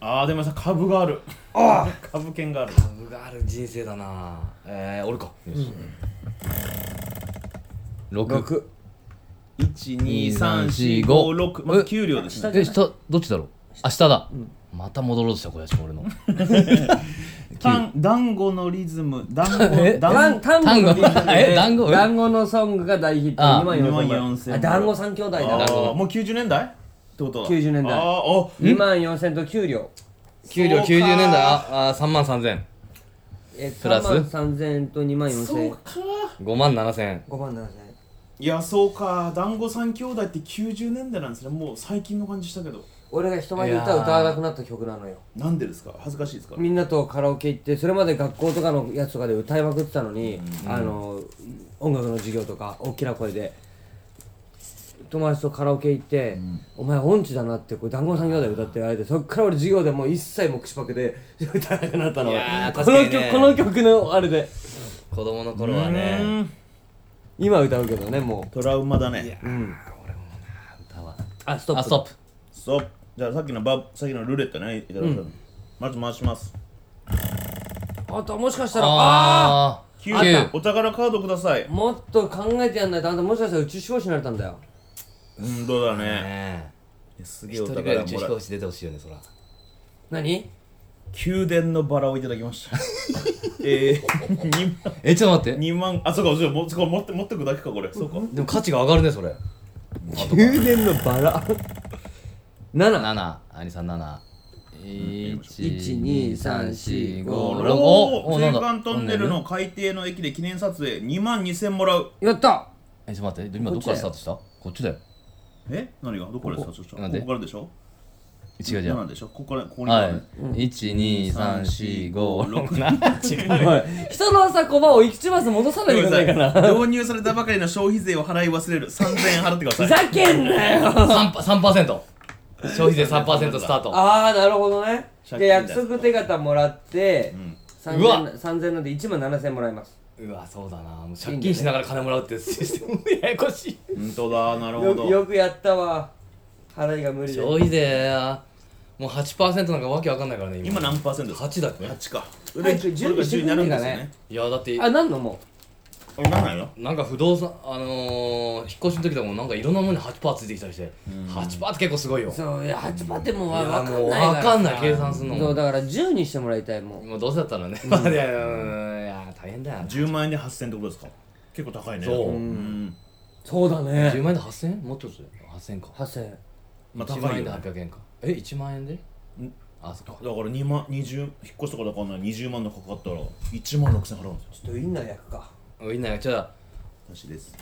ああ、でもさ、株がある。あ株券がある。株がある人生だなえー、俺かよし、6 6一二三四五六。まず給料ですね。え下どっちだろうあ下だ、また戻ろうとした小林も俺のタン団子のリズム団子えタ団ン子タン単ゴの語リズムで え団子団子のソングが大ヒットあ2万2 4000 4000あ団子三兄弟あだーもう90年代ってことだ90年代あーあ2万4000と給料給料そうか90年代ああ3万3000えプラス3万3000円と2万4000円か5万7000円5万7000いやそうか団子三兄弟って90年代なんですねもう最近の感じしたけど俺が人前で歌う歌わなくなった曲なのよなんでですか恥ずかしいですかみんなとカラオケ行ってそれまで学校とかのやつとかで歌いまくってたのに、あの音楽の授業とか大きな声で友達とカラオケ行って「お前音痴だな」ってこれ団子三兄弟歌って言われてそっから俺授業でもう一切もう口パクで 歌わなくなったのいやーこ確かのにね曲この曲のあれで子供の頃はうーねん今歌うけどねもトラウマだねううん歌はあストップあストップそうじゃあさっきのバさっきのルーレットねいただいたのまず回しますあともしかしたらああああ九9お宝カードくださいもっと考えてやんないとあんたもしかしたら宇宙飛行士になれたんだようんどうだねねすえげえ一お人宝がもら宇う宙飛行士出てほしいよねそら何宮殿のバラをいただきましたえー2万えちょっと待って2万あそうかそうかもうそうか持って持ってくだけかこれそうかでも価値が上がるねそれ宮 殿のバラ7 7兄さん7 1 2 3 4 5 6おおおおなんーだ青函トンネルの海底の駅で記念撮影2万2000もらうやったえちょっと待って今どっからスタートしたこっちだよえ何がどこからスタートしたなんこでこからでしょ違う違う7でしょここからここにはここい一二三四五六七違う 人の朝小判を一マス戻さないでくださいか らに導入されたばかりの消費税を払い忘れる3000円払ってくださふいざけんなよ三パ三パーセント消費税三パーセントスタートああなるほどね借金でだ約束手形もらって、三うわ千三3000円で1万7000円もらいますうわそうだなもう借金しながら金もらうってシステムややこしい本当だなるほよどよくやったわ払いが無理で消費税もう八パーセントなんかわけわかんないからね今何パーセントですか八だっけ8か早く準備してくれないかねいやだってあなんのもこれならないよなんか不動産あのー、引っ越しの時でもなんかいろんなものに8パーついてきたりして8パーって結構すごいようそういや8パってもうわいやわかもうんないからわかんない計算すんのもそうだから10にしてもらいたいもうもうどうせだったらね、まあいやいやいや大変だよな10万円で8000円ってことですか結構高いねそううんそうだ10ね万円で8000円もっとする8000円か8000円まあ1高万い円よでだか800円かえ1万円であそっから2万20引っ越しとかだからな20万のかかったら1万6000円払うんですよちょっとウインナー焼くかウインナーがちょっ私です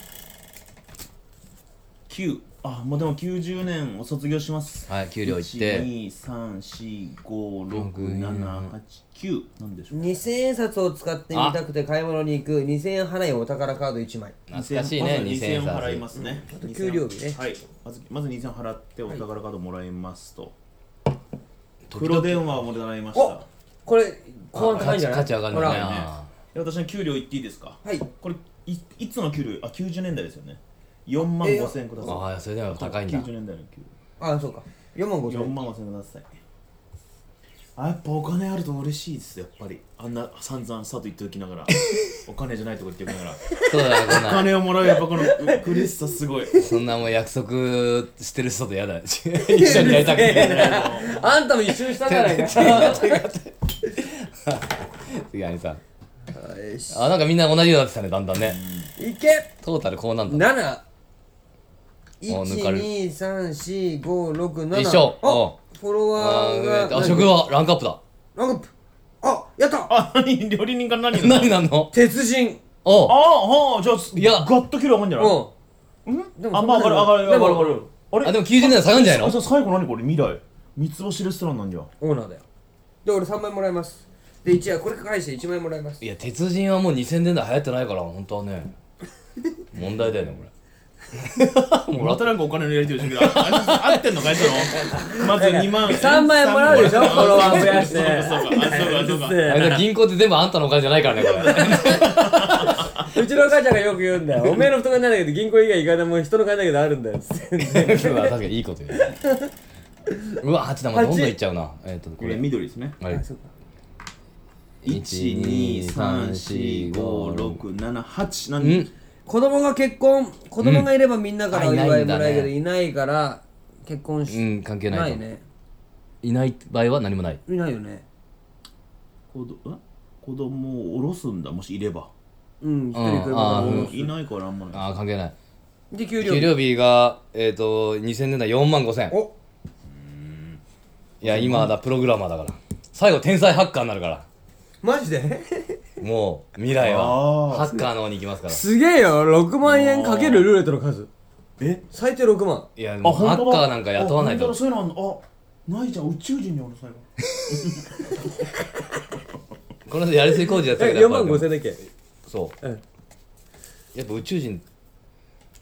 9あもうでも90年を卒業しますとはい給料いって123456789なんでしょう2000円札を使ってみたくて買い物に行く2000円払いお宝カード1枚懐かしいまねず2000 2000円円払いま札すねと給料日ねはいまずまず2000円払ってお宝カードもらいますと黒電話をもらいましたおこれこう価高いん値じゃない価値上がるんだほねらあで私の給料言っていいですかはいこれいいつの給料あ90年代ですよね4万5000円くだーさあーそれでもい高いんだ90年代の給あそうか4万料4 5000万5000円くださいあやっぱお金あると嬉しいですやっぱりあんな散々さと言っておきながらお金じゃないとこ言っておきな がらそうだよこんおな金をもらうやっぱこの苦しさすご いそんなもう約束してる人と嫌だ一緒にやりたくて あんたも一周したじゃないか次兄さんよしあなんかみんな同じようになってきたねだんだんね いけトータルこうなんだ7お抜かれる1,2,3,4,5,6,7一緒おフォロあワーーがあ食はランクアップだランクアップあやったあ何料理人か何何なんの鉄人おあああじゃあいいややガッと給料上がるんじゃないうんでもあまあ上がる上がる上がる上がるあれあでも90年代下がんじゃないあのそう最後何これ未来三つ星レストランなんじゃオーナーだよで俺3枚もらいますで1枚これ返して1枚もらいますいや鉄人はもう2000年代流行ってないから本当はね問題だよねこれもまらったたなんかお金のやり取りしてるけどあ合ってんのかいそのまず2万三万円もらうでしょフォロワー増やしてそうかそうかあ そうかそうかあれだ銀行って全部あんたのお金じゃないからねこれうちの母ちゃんがよく言うん だよおめえの懐なんだけど銀行以外行かないもん人の金だけどあるんだ よつってうわ確かにいいこと言ううわ8だもうどんどんいっちゃうなえっ、とここれれ緑ですねはいそうか1234567なん子供が結婚子供がいればみんなからおうんあ祝いないいもんだねらえるけどいないから結婚し、うん関係ないなと思いうねいない場合は何もないいないよね子どん子供を下ろすんだもしいればうん一人来るあかーいないからあんまないああ関係ないらで給料給料日がえっ、と2000年代4万5000おいや今だプログラマーだから最後天才ハッカーになるからマジでもう未来はあーハッカーの方に行きますからすげえよ6万円かけるルーレットの数え最低6万いやあもう本ハ当ッだカーなんか雇わないあ本当だとそういうのあんのあないじゃん宇宙人におる最後この人やりすぎ工事やってたけどや4っぱ万り5千だっけそう、うんやっぱ宇宙人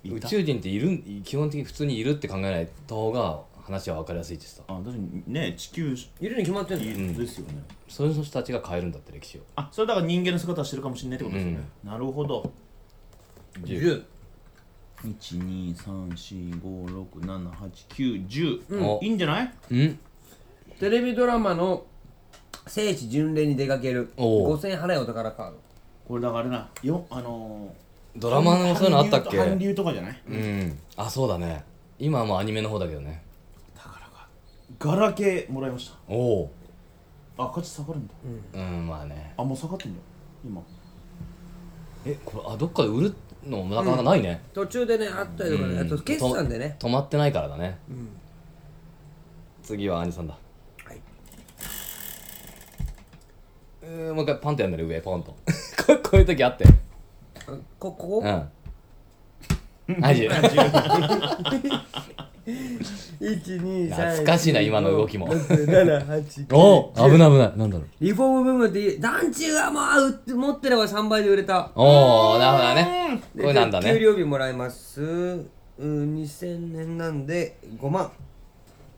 宇宙人っているん基本的に普通にいるって考えない方が話は分かりやすいってさあ確かにね地球いるに決まってんのですよねそういう人たちが変えるんだって歴史をあそれだから人間の姿をしてるかもしれないってことですよねなるほど10 12345678910、うんいいんじゃないうんテレビドラマの聖地巡礼に出かけるおう5000円払いお宝カードこれだからあれなよあのドー、ラマのそういうのあったっけ韓流韓流とかじゃないうんあそうだね今はもうアニメの方だけどねガラケーもらいましたおおあ価値下がるんだ、うんまあねあもう下がってんだよ今えこれあどっかで売るのもなかなかないね、途中でねあったりとかねあと決算でね止まってないからだね、次は兄さんだはいえーもう一回パンとやんだね上ポ ンとここういう時あってここ うこんアジ懐かしいな今の動きおもお危ない危ないなんだろうリフォームブームって団地がまあ売って持ってれば3倍で売れたおおなるほどねこでれなんだ給ね料日もらえますうん2000円なんで5万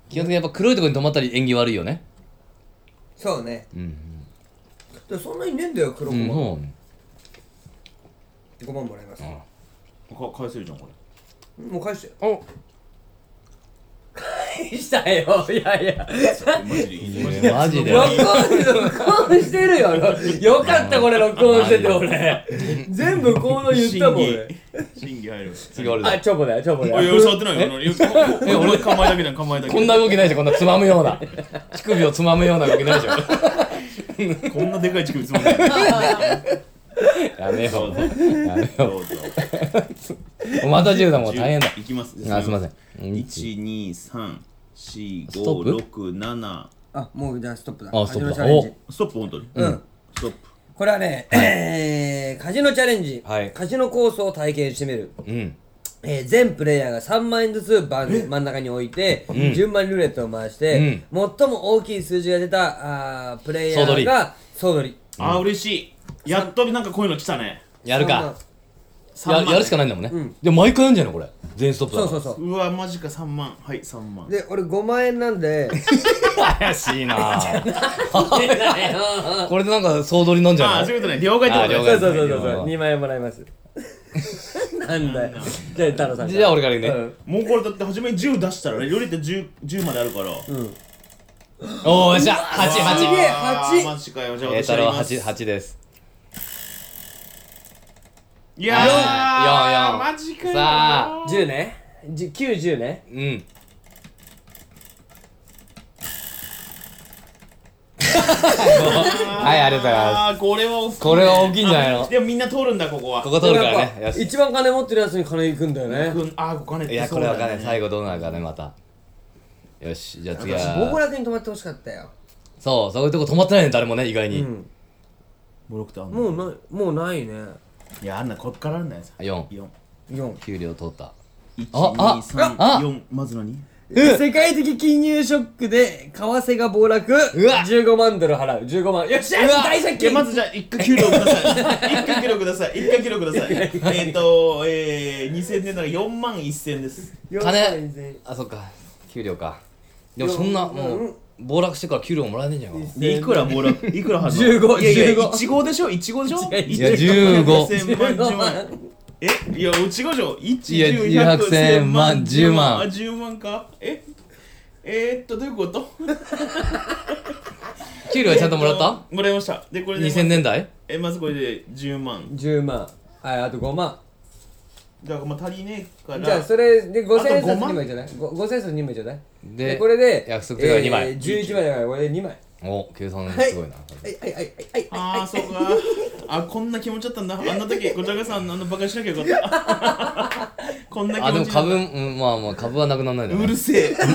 基本的にやっぱ黒いところに止まったり縁起悪いよねそうねうんでそんなにねえんだよ黒う子んも、そうね五5万もらえます、か返せるじゃんこれもう返してお返したよいやいやマジでいいねねマジで録音録音してる よよかったこれ録音してて俺全部こうの言ったもん俺審議入る次俺あだチョコだよチョコあだいやよ触ってないよ俺俺構えだけじゃん構えだけこんな動きないでしょこんなつまむような乳首をつまむような動きないでしょこんなでかい乳首つまんないやめよそうそううやめよどうぞうまた10だもう大変だいきますあすいません一二三四スト五ッ六七あもうじゃあストップだあストップだカジノチャレンジストップ本当にうん、ストップこれはね、えーカジノチャレンジ、はいカジノコースを体験してみる、うんえー全プレイヤーが3万円ずつ番真ん中に置いて、順番にルーレットを回して、最も大きい数字が出たあープレイヤーが総取りあー嬉しいやっとなんかこういうの来たねやるか三や万やるしかないんだもんね、でも毎回やんじゃないのこれ全ストップだそうからそうそううわマジか三万はい三万で俺5万円なん で怪 しいなこれでなんか総取りなんじあゃーなそういいうことね了解ってことあー了ね解そうそうそうそう2万円もらいます なんだよじゃあ太郎さんじゃあ俺から言うね、うんもうこれだって初めに10出したらね料理って10 10まであるからおおよっしゃすげ88えあー八マジかよじゃあ栄私太やり郎ます八八ですいやー四四マジかよさ10ねじゅ910ねうんはいありがとうございますあーこれは大きいねこれは大きいんじゃないのあでもみんな通るんだここはここ取るからねやよっぱし一番金持ってるやつに金行くんだよねうんあーお金っていやそこうれだはよねかね最後どうなるかねまたよしじゃあ次私暴は落に泊まってほしかったよそうそういうとこ止まってないね誰もね意外うにんもろくてあんのもうないもうないねいやあんなこっからあるんだよさ四四4給料取った一ああ二三あ四まず何世界的金融ショックで為替が暴落うわ15万ドル払う15万よっしゃうわ大借いや金まずじゃあ一回給料くださ い一回給料ください一回給料くださいえっとえー2000年なら4万1000です4万円金あそっか給料かでもそんなもう暴落してから給料もらえねえじゃんかでいくらもらういくら払う15のいやいや15 1号でしょ1号でしょいや15 1000万10万えいや違うでしょいや1 100 100千1000万万10 10万万あ10万かええー、っとどういうこと給料はちゃんともらったもらいましたでこれで ?2000 年代えまずこれで10万10万はいあと5万だからまあ足りねえからじゃあそれで5000円あと札5万2枚じゃないご5000円札2枚じゃないでこれで約束手が二枚えー11枚だからこれで2枚お計算すごいなはいはいはいはいはいああそうかあこんな気持ちだったんだあんな時ごちゃがさんあのバカしなきゃよかったこんな気持ちあでもだっ株うんまあまあ株はなくならないだたろううねるせえうるせ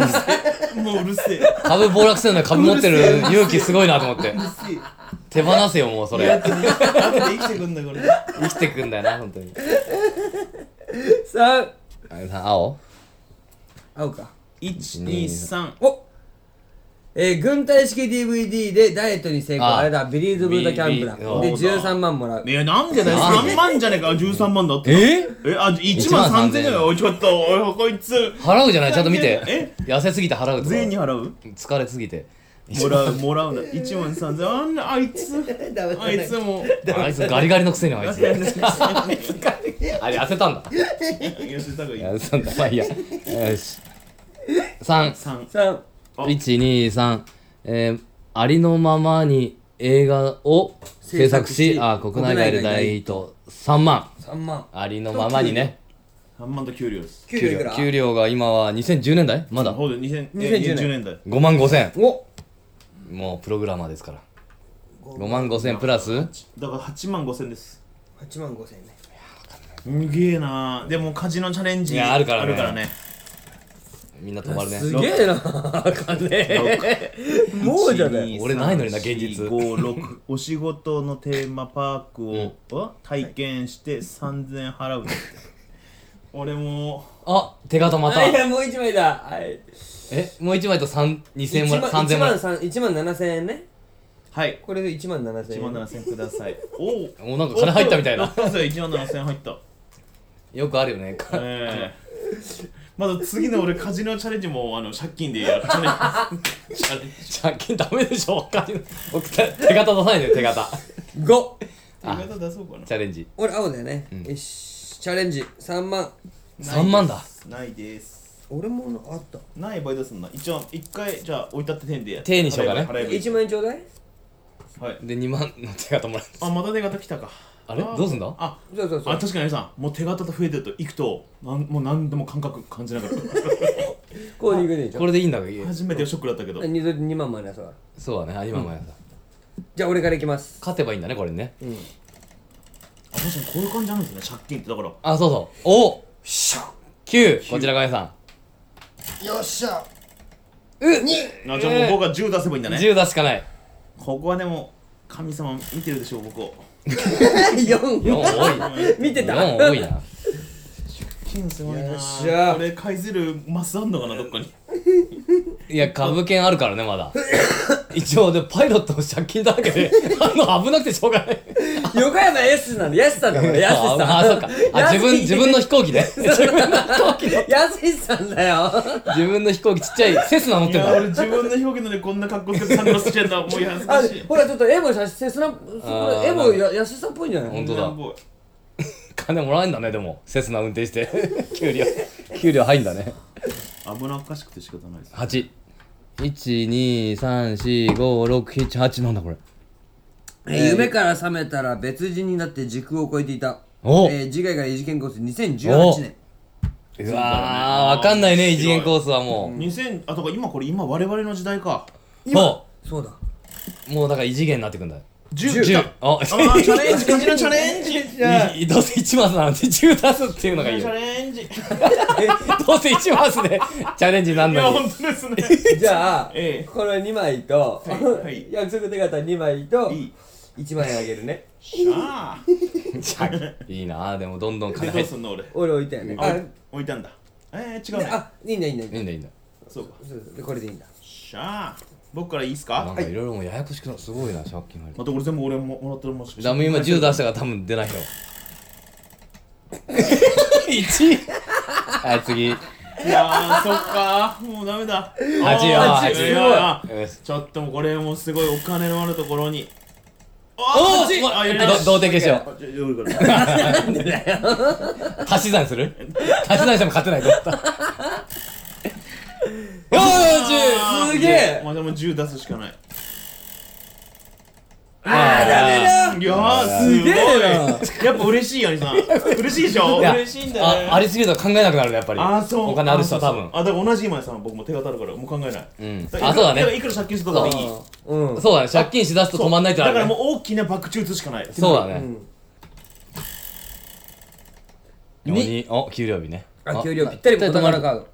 えもううるせえう株暴落するのに株持ってる勇気すごいなと思って手放せよもうそるせえやっれてやって生きてくんだこれ生きてくんだよな本当に3あさ青青か123おえー、軍隊式 DVD でダイエットに成功あああれだビリーズブートキャンプだビリーで13万もらういやなんでだよなんで3万じゃねえか13万だったええあ1万3000だよちょっとおいこいつ払うじゃないちゃんと見てえ痩せすぎて払うと税にか払う疲れすぎてもらうもらうんだ1万3000あんなあいつダメあいつもあいつガリガリのくせにあ いつあれ痩せたんだ痩せた方がいい痩せたんだまあいいやよし3 3 3 123えーありのままに映画を制作制作ししあ国内外で大ヒット3万3万ありのままにね3万と給料です給料いくら給料が今は2010年代まだほうで2000 2010 2010年年代5万5千おもうプログラマーですから5万5千プラスだから8万5千です8万5千円ねすげえなでもカジノチャレンジいやあるからねねみんな止まるねすげえ な金もうじゃね俺ないのにな現実5 6お仕事のテーマパークを、体験して3000払う俺もあ手形またいやもう一枚だはいえもう1枚と3 2000円もら3000 1円もら万三一万7千円ねはいこれで1万7千1円万7000くださいおおおなんか金入ったみたいなそう1万7000入ったよくあるよねええまだ次の俺カジノチャレンジもあの借金でやるチャレンジチャレンジ借金ダメでしょ他に僕手手形出さないで手形5手形出そうかなチャレンジ俺青だよね、よしチャレンジ3万3万だないです俺もあったない場合どうすんの一応一回じゃあ置いたって点でや手にしようかね払えばいい1万円ちょうだいはいで2万の手形もらってあまた手形来たかあれーどうすんだあそうそうそあう確かにさんもう手形と増えてるといくとなんもう何でも感覚感じ ながらこうに行くでしょこれでいいんだ初めてショックだったけど二度で2万マイナスだからそうだねあ今もやったじゃあ俺からいきます勝てばいいんだねこれねあ確かにこういう感じなんですね借金ってだからあそうそうおっ9こちらがやさんよっしゃあ じゃあもう僕は10出せばいいんだね、 10出すしかないここはでも神様見てるでしょ僕 を4 4多い見てた4多いな金すごいなよっしゃこれ買いずるマスあんのかなどっかにいや株券あるからねまだ一応でパイロットの借金だら けであの危なくてしょうがない 横山 S なんで安さんだから安さん ああそうかあ自分自分の飛行機ね自分の安さんだよ自分の飛行機ちっちゃいセスナ乗っいてんやだ俺自分の表現でこんな格好つけてサングラスしてんだもう恥ずあかしいほらちょっと絵も写真そこあーれ絵もや安さんっぽいんじゃない本当だなんぼ金もらえんだねでもセスナ運転して 給料給料入んだね危なっかしくて仕方ないです8 1 2 3 4 5 6 7 8なんだこれえー夢から覚めたら別人になって時空を超えていた。おえー次回から異次元コースお2018年。うわーわかんないね面白い異次元コースはも2000あとか今これ今我々の時代 かうもそうだ。うもうだから異次元になってくんだ10 10ああーチャレンジ感じのチャレンジいどうせ1マスなので10出すっていうのがいいチャよレンジいどうせ1マスで チャレンジなんやのに本当ですね じゃあ、ええこの2枚と、はいはい 約束手形2枚と、いい1枚あげるね。しゃあいいなあでもどんどんで金ど入うってすんの俺俺置いたよね。あ、あ置いたんだえー、違うねあいいんだいいんだいいんいだ。いんだいいんだそうかそうそうでこれでいいんだ。しゃあ僕からいいっすなんかかいろいろもうややこしくなるすごいな借金入るまた俺全部俺ももらったらもしかしてダム今10出したから多分出ないよ 1? はい次いやーそっかーもうダメだ八よあー八いやーよしちょっともうこれもすごいお金のあるところにおあおー八あやりまどし同点決勝たあじゃあどういうこと足し算する足し算しても勝てないと思ったよあーーしすげえまあでも10出すしかないあーダメだいやーすごいやっぱ嬉しいよ兄さん嬉しいでしょいや嬉しいんだねあありすぎると考えなくなるねやっぱりあーそうお金ある人は多あ分そうそうあだから同じ今やさん僕も手形あるからもう考えないうんだからあそいうだくらねいくら借金するとかでいいうん。そうだね借金しだすと止まんないってだなかるねらもう大きな爆中打つしかないそうだうねん4人お給料日ねあ、給料ぴったり止子ま供のるカード。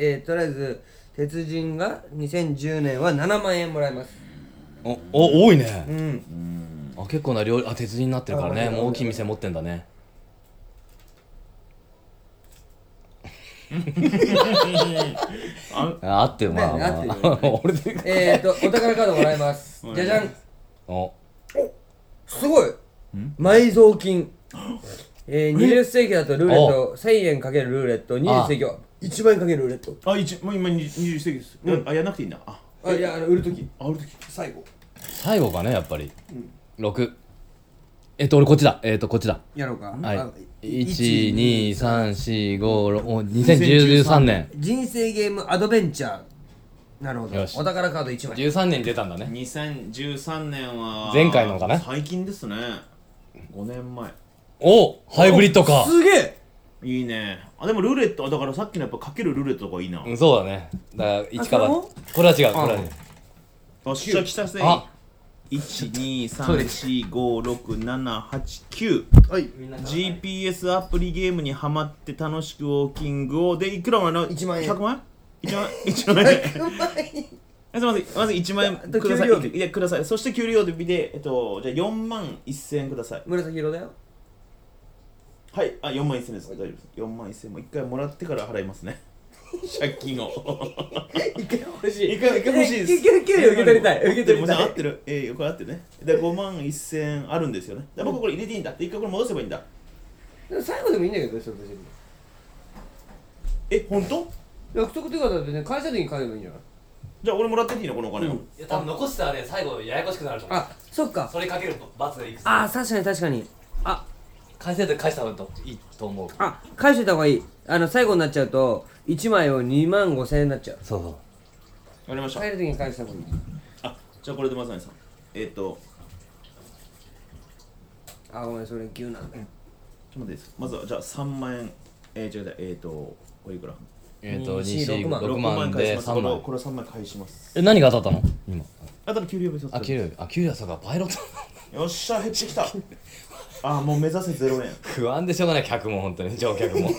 えー、とりあえず、鉄人が2010年は7万円もらえます。おお多いねうん。あ結構な料理あ鉄人になってるからねあもう大きい店持ってんだねあああってよまあ、ねまあ あってる俺でえ ーと、お宝カードもらえます。はいじゃじゃん。おすごい埋蔵 金えー、20世紀だとルーレット1000円かけるルーレット20世紀は1万円かけるルーレットあ一もう今20世紀ですあやんなくていいんだああいやあの売るときあ俺時最後最後かねやっぱり、6えっと俺こっちだえっとこっちだやろうかはあい123452013年人生ゲームアドベンチャーなるほどよしお宝カード1枚13年に出たんだね2013年は前回のかな最近ですね5年前おハイブリッドかすげえいいねあでもルーレットあだからさっきのやっぱかけるルーレットとかいいな、うんそうだねだから1かあそれらもこれは違うこれは違うあ試着したせいあ123456789はい GPS アプリゲームにハマって楽しくウォーキングをでいくらもらうの1万円100万円1万 円1万円うまいえすみません、まず1万円とください。給料日いや、ください。そして給料日で、えっと、じゃあ4万1000円ください。紫色だよはい、あ、4万1000です。大丈夫です。4万1000もう一回もらってから払います ね。借金を。一回欲しい一回、一回欲しいです。いけ給料受け取りたい受け取りたい合ってる。ええ、これ合ってるね。で、5万1000あるんですよね。で、僕これ入れていいんだ。で、一回これ戻せばいいんだ。でも最後でもいいんだけどちょっと別にえ、本当約束というかだってね会社でに買えばいいんじゃないじゃあ俺もらってっていいのこのお金を。いや多分残したらね最後ややこしくなると思うあそっかそれかけると罰がいくつあー確かに確かにあ返せると返した方がいいと思うあ返しといた方がいいあの最後になっちゃうと1枚を2万5千円になっちゃうそうそうわかりました帰。る時に返した方がいいあ、じゃあこれでまさにさん。えっと、あごめんそれ牛 なんだちよょっと待っていいですか。まずは、じゃあ3万円。えー、違う違う、えっと、これいくらえうっ、ー、とん6 2万6 ?6 万万で返します。これ3を万これを3万返します。え何が当たったの今あとの給料分一つあ給料日あ給料そうかパイロット よっしゃ、減ってきた。あ、もう目指せ0円。不安でしょうがない客も本当に乗客も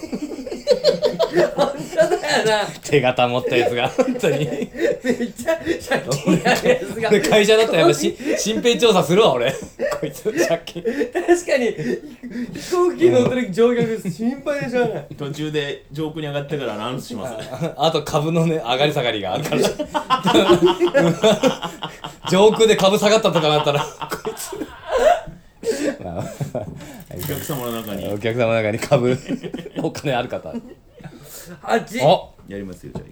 な手形持ったやつ が本当にめっちゃ借金あるやつが 会社だったらやっぱし身辺調査するわ俺 こいつの借金 確かに飛行機乗ってる乗客心配でしょうがない途中で上空に上がったからアナウンスします。あと株のね上がり下がりがあるから 上空で株下がったとかなったらこいつ、まあお客様の中に お客様の中に株お金ある方八おやりますよ、じゃあ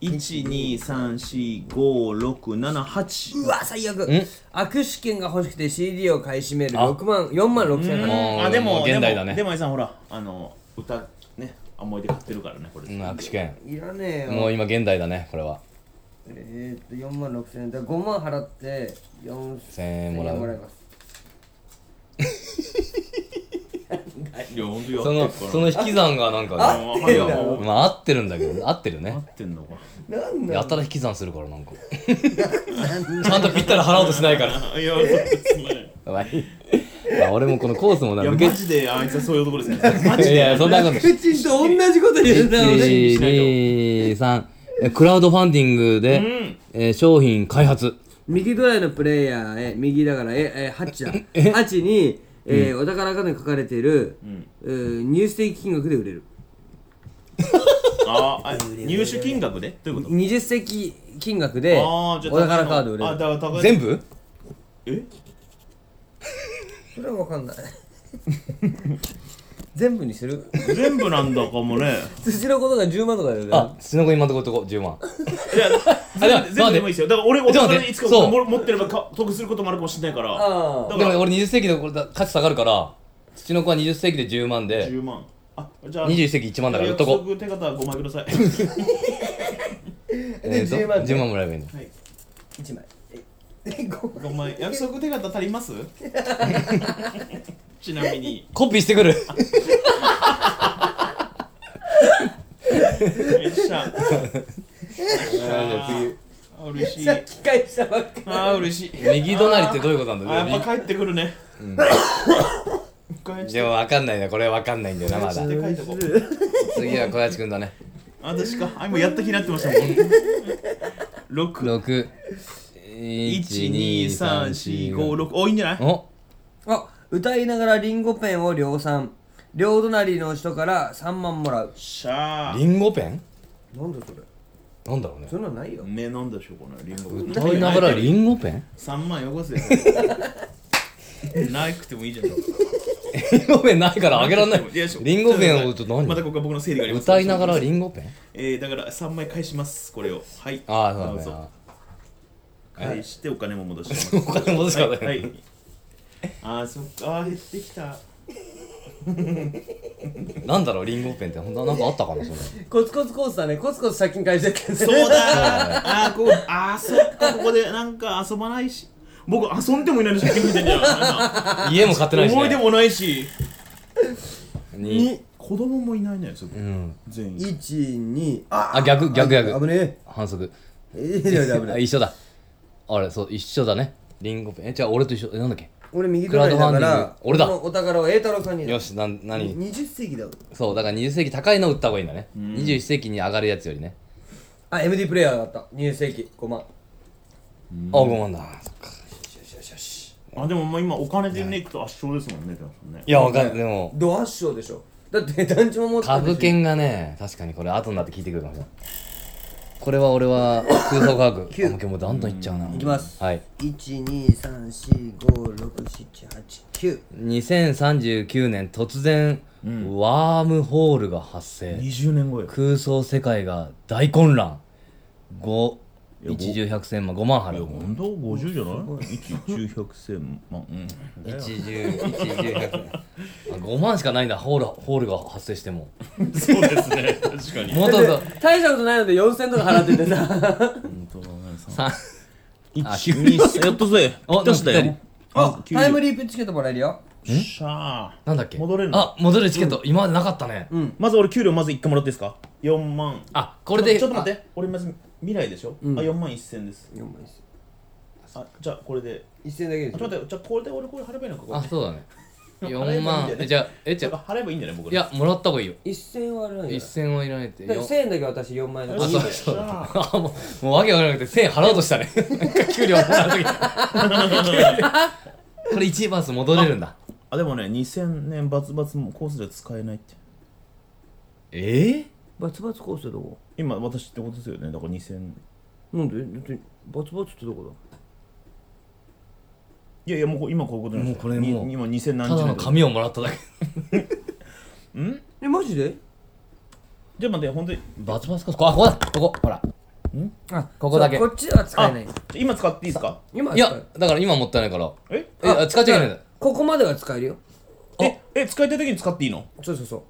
一応。1,2,3,4,5,6,7,8うわ最悪ん握手券が欲しくて CD を買い占めるあ6万4万6千円払うもうもう現代だねでもでも愛さんほらあの歌ね思い出買ってるからねこれ、うん握手券いらねえもよう今現代だねこれはえー、っと4万6千円だから5万払って4 1000円ももららういますいや本当やそのってるその引き算がなんかねからいやもうまあ合ってるんだけど合ってる合ねってんのかなんだやたら引き算するからなんかちゃんとぴったり払おうとしな いからいやそうですねまあいいまあ俺もこのコースもないや抜けマジであいつはそういうところですねマジ いでやそんな ことうちと同じこと言うな俺1、2、3えクラウドファンディングで、んえー商品開発右ドライのプレイヤーへ右だからええハッチだハッチに、えーお宝価値が書かれている、えー入手金額で売れるああ入手金額でどういうこと20席金額であおあじゃあ宝カード売れあるだから高い全部えそれはわかんない 全部にする全部なんだかもね土のことが10万とかだよねあ、すのこ今のところとこ10万いやでも全部全部でもいいですよだから俺おちょっと待金っていつかそうも持ってればか得することもあるかもしれないからあだでかもら俺20世紀でこれだ価値下がるから土の子は20世紀で10万で10万あじゃあ21世紀1万だから売っと約こ束手形は5枚くださいえーと10万10万もらえばいいのはい1枚えごめん5枚約束手形足りますちなみにコピーしてくるめっちゃあー嬉しいさっき返したばっかあー嬉しい右隣ってどういうことなんあだーやっぱ帰ってくるね帰でっも分かんないなこれ分かんないんだよなまだて帰ってこ次は小林くんだね私かあもうやった気になってましたもん6 6 1 2 3 4 5 6おいいんじゃないおあ歌いながらリンゴペンを量産両隣の人から3万もらうしゃリンゴペンなんだそれなんだろうねそんなのないあよ目なんでしょうこのリンゴ歌いながらリンンゴペン3万よこ せよなくてもいいじゃんリンゴペンないからあげらんないいやちょリンゴペンをちょっとまた何ここは僕の整理があります歌いながらリンゴペンえー、だから3枚返しますこれをはいああそうだど ねぞ返してお金も戻します お金戻してくださはいい、はい、あーそっかあー減ってきたなんだろうリンゴペンってほんとなんかあったかなそれコツコツコツだねコツコツ借金返してって そうだあーこうあーそっかここでなんか遊ばないし僕遊んでもいないの借金みた いじゃんなん家も買ってかないし思い出ねもないしに子供もいないねそこうん全員12ああ逆逆危逆ねえ反則ええやべ あ一緒だあれそう一緒だねリンゴペンえじゃあ俺と一緒えなんだっけ俺右隣だクラウドフかァンディングら俺だこのお宝を栄太郎さんによしなん何20世紀だそうだから20世紀高いの売った方がいいんだね21世紀に上がるやつよりねあ MD プレイヤーだった20世紀5万あ5万だそっかよしよしよしあでもまあ今お金でねいくと圧勝ですもんねでもねいやわかるでもド圧勝でしょだって団地も持ってるし株券がね確かにこれ後になって聞いてくるかもしれないこれは俺は空想科学あもう今日もうどんどんいっちゃうないいきますはい123456789 2039年突然、ワームホールが発生20年後よ空想世界が大混乱5や一重百千万5万い払やう本当50じゃない一中百千万うん一重一重百5万しかないんだホールホールが発生してもそうですね確かにもっとそう大したことないので4000とか払っててさ本当だねさんあ一二やっとぜお出したなんよかあタイムリリープチケットもらえるよーしゃあなんだっけ戻れるのあ戻れるチケット、今までなかったね、まず俺給料まず一回もらっていいですか四万あこれでちょっと待って俺まず未来でしょあ四万一千です4枚ですあじゃあこれで一銭だけであすちょっと待ってじゃあこれで俺これ払えばいいのかこれあそう だね払えばいい4んだよ万ねえじゃあえじゃあ払えばいいんじゃない僕らいやもらった方がいいよ一銭はあれなんじゃない1000はいらないってだかよら1000円だけ私4枚だよかっらしゃそうそうあもうもうわけわからなくて1000円払おう としたねなんか給料もらう時これ1バース戻れるんだ あでもね2000年バツバツもコースでは使えないってええバツバツコースどこ今私ってことですよねだから2000なんでだってバツバツってどこいやいやもうこ今こういうことになってるもうこれもうに今2000何た十年だのとか紙をもらっただけだえマジでじゃあ待って本当にバツバツかこあここだここほらあここだけそうこっちは使えない今使っていいですか今はい使えやだから今もったいないからええあ使っちゃいけないんだここまでは使えるよええ使いたい時に使っていいのそうそうそう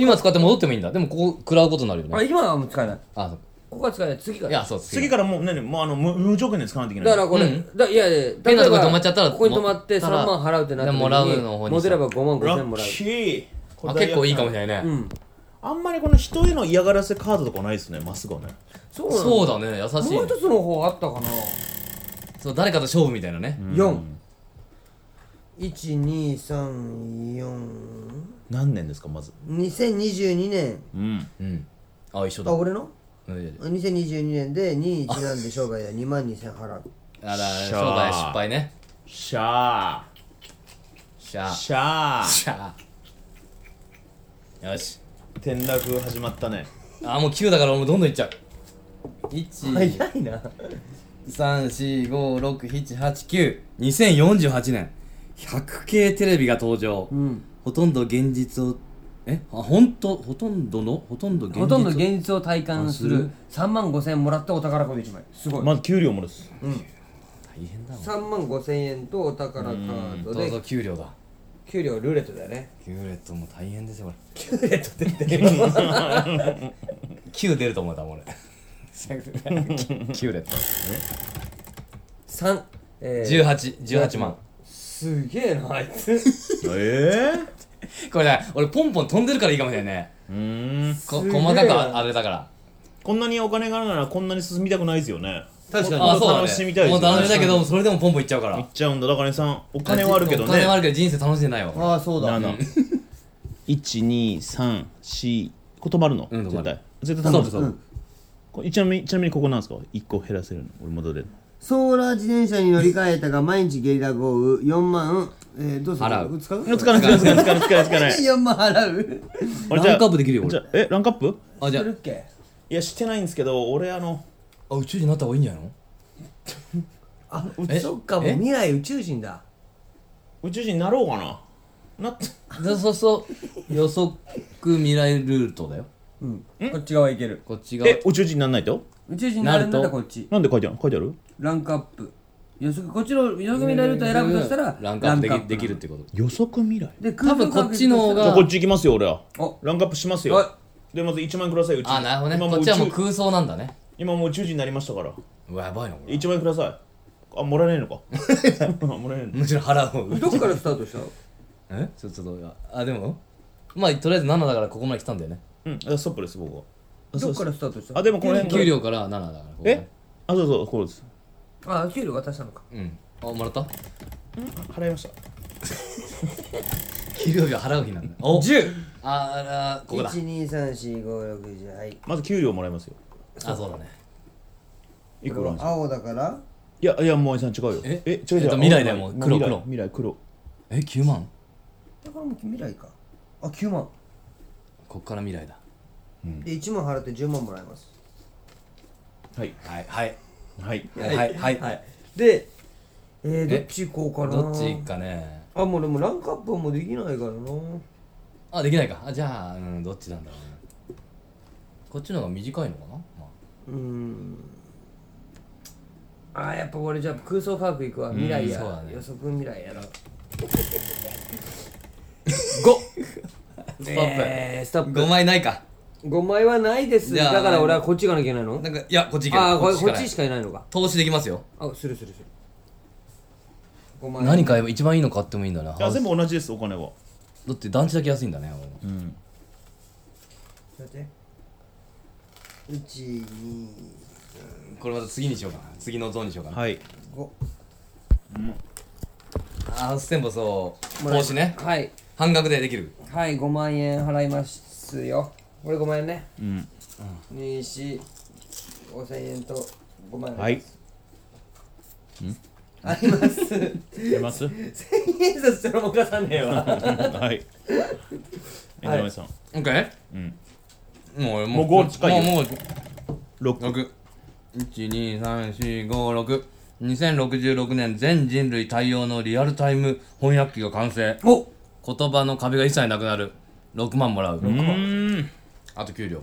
今使って戻ってもいいんだでもここ食らうことになるよあね今はもう使えないあそここは使えない次かういらやそう次からもうねねもうあの無無条件で使わないといけないだからこれ、だいやいや例変なえとこばに止まっちゃったらここに止まっても3ったら万払うってなった時にもらうの方にモデルは5万5ラ千円もッらうキーあ結構いいかもしないれないね、うんあんまりこの人への嫌がらせカードとかないですねまっすぐはねそうなんだそうだね優しいねもう一つの方あったかなそう誰かと勝負みたいなね、 4234何年ですかまず2022年うんうん、あ一緒だあ俺のうんいやいや2022年で21なんで商売だ2万2000払うあらしゃー商売失敗ねシャしゃーあシャーしゃあよし転落始まったねあもう9だから俺もうどんどんいっちゃう1いな3 4 5 6 7 8 9 2 0 4 8年100系テレビが登場、うんほとんど現実をえあ本当ほとんどのほとんど現実をほとんど現実を体感すあするる3万5千円もらったお宝コード1枚すごいまず給料もです大変だもん3万5千円とお宝カードどうでぞ給料だ給料ルーレットだよね給料も大変ですよこルれーレットって言ってる 9出ると思った もん俺9レット3 1818万すげえなあいつええこれね俺ポンポン飛んでるからいいかもしれないねうんこす細げえかくああれだからこんなにお金があるならこんなに進みたくないですよね確かにあそうだね楽しみたいですもようね楽しみだけどそれでもポンポンいっちゃうからいっちゃうんだだからねさんお金はあるけどお金はねあるけど人生楽しんでないわああそうだ123これ止まるのうん止まる絶対絶対そ止うまそうるこれちなみにちなみにここなんですか一個減らせるの俺戻れるソーラー自転車に乗り換えたが毎日ゲリラ豪雨4万、えー、どうする払う使うのつかないつかないつかないつかないつか ないつかない4万払う俺じゃあランクアップできるよ俺じゃあえランクアップあじゃするっけいやしてないんですけど俺あのああ宇宙人になった方がいいんじゃないのあえそっかもうえ未来宇宙人だ宇宙人になろうかななってそうそうそう予測未来ルートだよこっち側いけるこっちがえ宇宙人になんないと宇宙人になるんだったらなこるっちなんで書いてある書いてあるランクアップ予測こっちの予測未来ルート選ぶとしたらランクアップでラきできるってこと予測未来で多分こっちの方がじゃあこっち行きますよ俺はおランクアップしますはいよでまず1万円ください宇宙人あなるほどね今もこうっ宇宙ちはもう空想なんだね今もう宇宙人になりましたからうわやばいなこれ1万円くださいあもらえないのかあ もらえないのむしろ払う方どこからスタートしたえちょっとどうやあでもまあとりあえず7だからここまで来たんだよねうんあストップです僕はあそどうこですからスタートしたあでもこの辺から給料から7だからここねえあそうそうこうですあ給料渡したのかうんあもらった払いました給料日は払う日なんだお10ああここだ1234567はいまず給料もらいますよあそうだねいくら青だからいやいやもえさん違うよええ違う違えうっと未来だよもう未来黒黒未来黒え9万だからもう未来かあ9万こっから未来だで1万払って10万もらえますはいはいはいはいはいはい、でえー、えどっち行こうかなどっちかねあもうでもランクアップはもうできないからなあできないかあじゃあ、うん、どっちなんだろうねこっちの方が短いのかな、まうーんあーやっぱ俺じゃあ空想科学行くわ未来や、そうだね予測未来やなえー、ストあ、ップ5枚ないか5枚はないですじゃあだから俺はこっち行かなきゃいけないのなんかいやこっち行けるああこしかこっないちしかいないのか投資できますよあするするする5枚何買えば一番いいの買ってもいいんだなあ全部同じですお金はだって団地だけ安いんだね俺の待って1 2これまた次にしようかな次のゾーンにしようかな、はい5ああステンボそう投資ねはい半額でできるはい5万円払いますよこれ5万円ねうん入試5000円と5万円はいあります1000 出ます は円札それも貸さねえ わいえなめさん OK? うんもう俺もうゴール近いよもうもう六6 1 2 3 4 5 6 2066年全人類対応のリアルタイム翻訳機が完成お言葉の壁が一切なくなる6万もらううーんあと給料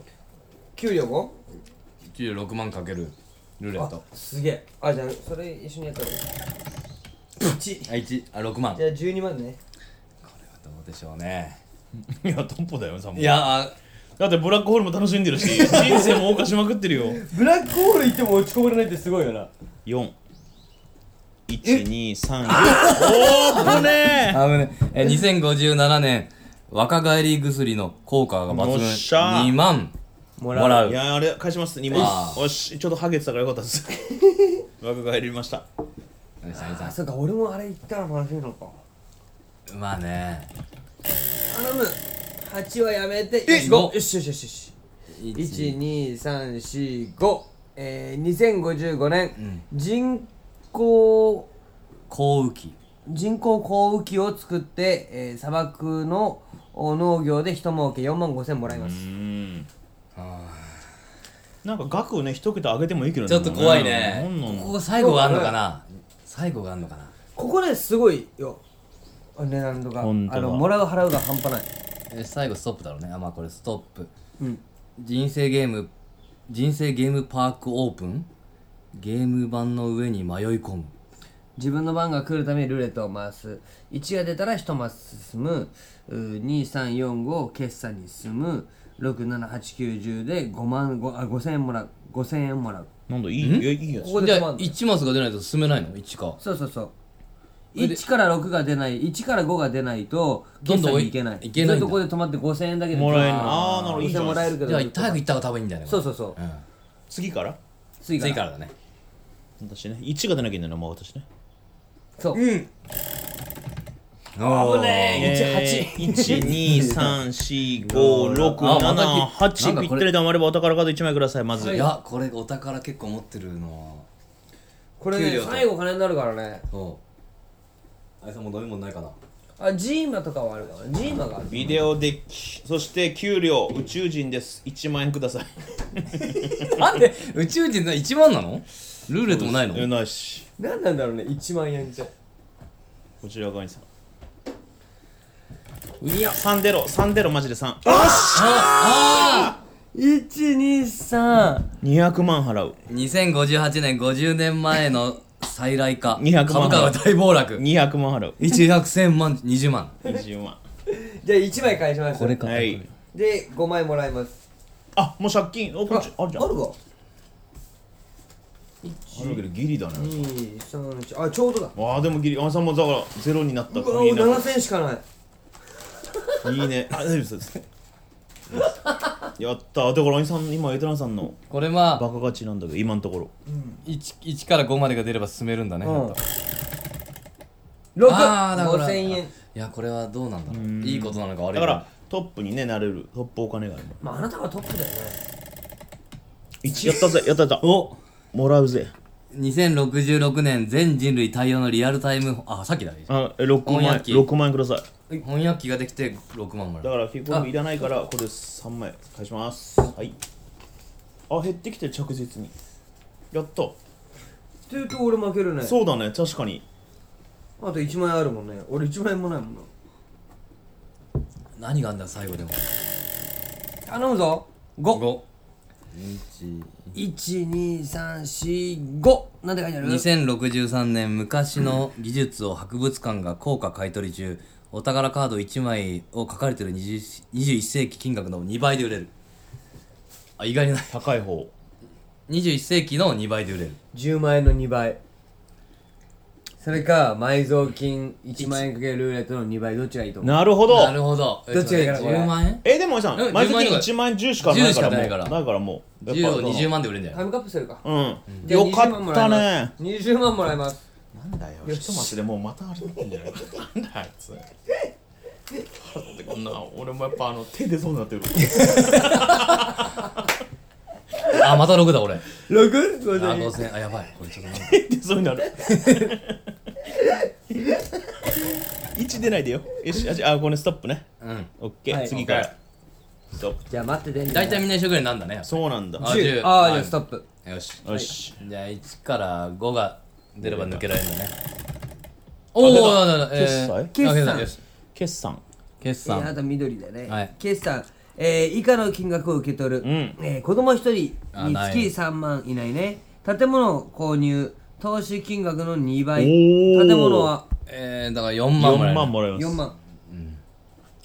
給料も給料6万かけるルーレットすげえあじゃあそれ一緒にやったらいい1あ1あ6万じゃあ12万ねどうでしょうねいやトンポだよさんもいやあだってブラックホールも楽しんでるし人生も謳歌しまくってるよブラックホール行っても落ちこぼれないってすごいよな四一二三おおぶ ねあぶねえ2057年若返り薬の効果が抜よ群っしゃー2万もらえいうやーあれ返します今あーおしちょっとハゲてたからよかったです 若返りましたサイさあそうか俺もあれ行ったらまずいのかんまあね頼む8はやめてえよ五しよしよしよしよし12345えー、2055年、人工降雨期人工降雨機を作って、えー、砂漠のお農業で一儲け4万5千もらいます、うんなんか額ね一桁上げてもいいけどねちょっと怖いねなんなんここ最後があるのかな最後があるのかなここですごいよ値段とかあほんとだのもらう払うが半端ないえ最後ストップだろうねあまあこれストップうん人生ゲーム人生ゲームパークオープンゲーム版の上に迷い込む自分の番が来るためにルーレットを回す1が出たら1マス進む2345決算に進む67890で5万5あ5000円もらう5000円もらうなんだいいいやいいやつここじでゃ止まあんの1マスが出ないと進めないの1かそうそうそう1から6が出ない1から5が出ないとどんど決ん算にいけないいけないずっんだとここで止まって5000円だけでもらえるのずっとあーなるほどいいじゃん5000もらえるけどじゃあ早く行った方が多分いいんじゃないそうそうそうう、ん次から次から次からだね私ね一が出なきゃいけないのもう私ねそう、あ一二三四五六あまた七八なんかぴっこれたりで余ればお宝カード一枚くださいまずいやこれお宝結構持ってるのこれね給料と最後金になるからねはそうあいさんもう飲み物ないかなあジーマとかはあるからジーマがあるビデオデッキそして給料宇宙人です一万円くださいなんで宇宙人の1万なのルーレットもないのえないし何なんだろうね1万円じゃこちら側にさいや三出ろ三出ろマジで三123二百万払う2058年50年前の再来化200万株価が大暴落二百万払う100千万20万二十万じゃあ1枚返しますこれかはいで5枚もらいますあもう借金おこっちあるじゃんあるわあるけどギリだね234あちょうどだわあでもギリあんさんもだからゼロになったうわいいな7000しかないいいねあ大丈夫ですそうですやったーだからあいさん今エトランさんのこれはバカ勝ちなんだけど今のところ 1, 1から5までが出れば進めるんだね、うんやっぱあーだから6500円いやこれはどうなんだろういいことなのか悪いだのからトップにねなれるトップお金があるまああなたがトップだよね1やったぜやったやったおもらうぜ2066年全人類対応のリアルタイムあさっきだあえ6万翻円訳機6万円ください翻訳機ができて6万もだらかうらフィコンいらないからこれ3枚返しますはいあ減ってきて着実にやったっていうと俺負けるねそうだね確かにあと1万円あるもんね俺1万円もないもんな何があんだ最後でも頼むぞ51234なんて書いてある2063年昔の技術を博物館が高価買取中お宝カード1枚を書かれてる20 21世紀金額の2倍で売れるあ意外にない高い方21世紀の2倍で売れる10万円の2倍それか埋蔵金1万円かけるルーレットの2倍どっちがいいと思うなるほどなるほどどっちがいいかなこれ10万円えでもおじさんうん毎月10万円とか1万円10しかないから10しかないからもうだからもうやっぱ10を20万で売れるんじゃタなイいムカプセルかうんじゃあよか20万もっらたいますね20万もらいますなんだよひとまでもうまたあれなんだよ なんだあいつ腹立って こんな俺もやっぱあの手出そうになってるあまた6だ俺あ 6? 5000あやばいこれちょっと待って手出そうになる1出ないでよよしよしあこれストップねうんオッケはーい次からストップじゃあ待ってて大体みんな一緒ぐらいなんだねそうなんだあ10 10ああはじゃいあストップよしよしじゃあ1から5が出れば抜けられるんだねおおなるほどえー決済あ決済よし決算決えーあ算と緑だね、はい決算、えー以下の金額を受け取る、んえー子供1人にあないつき3万以内ね建物を購入投資金額の2倍おー建物はえーだから4万も4らえる万もらいます4万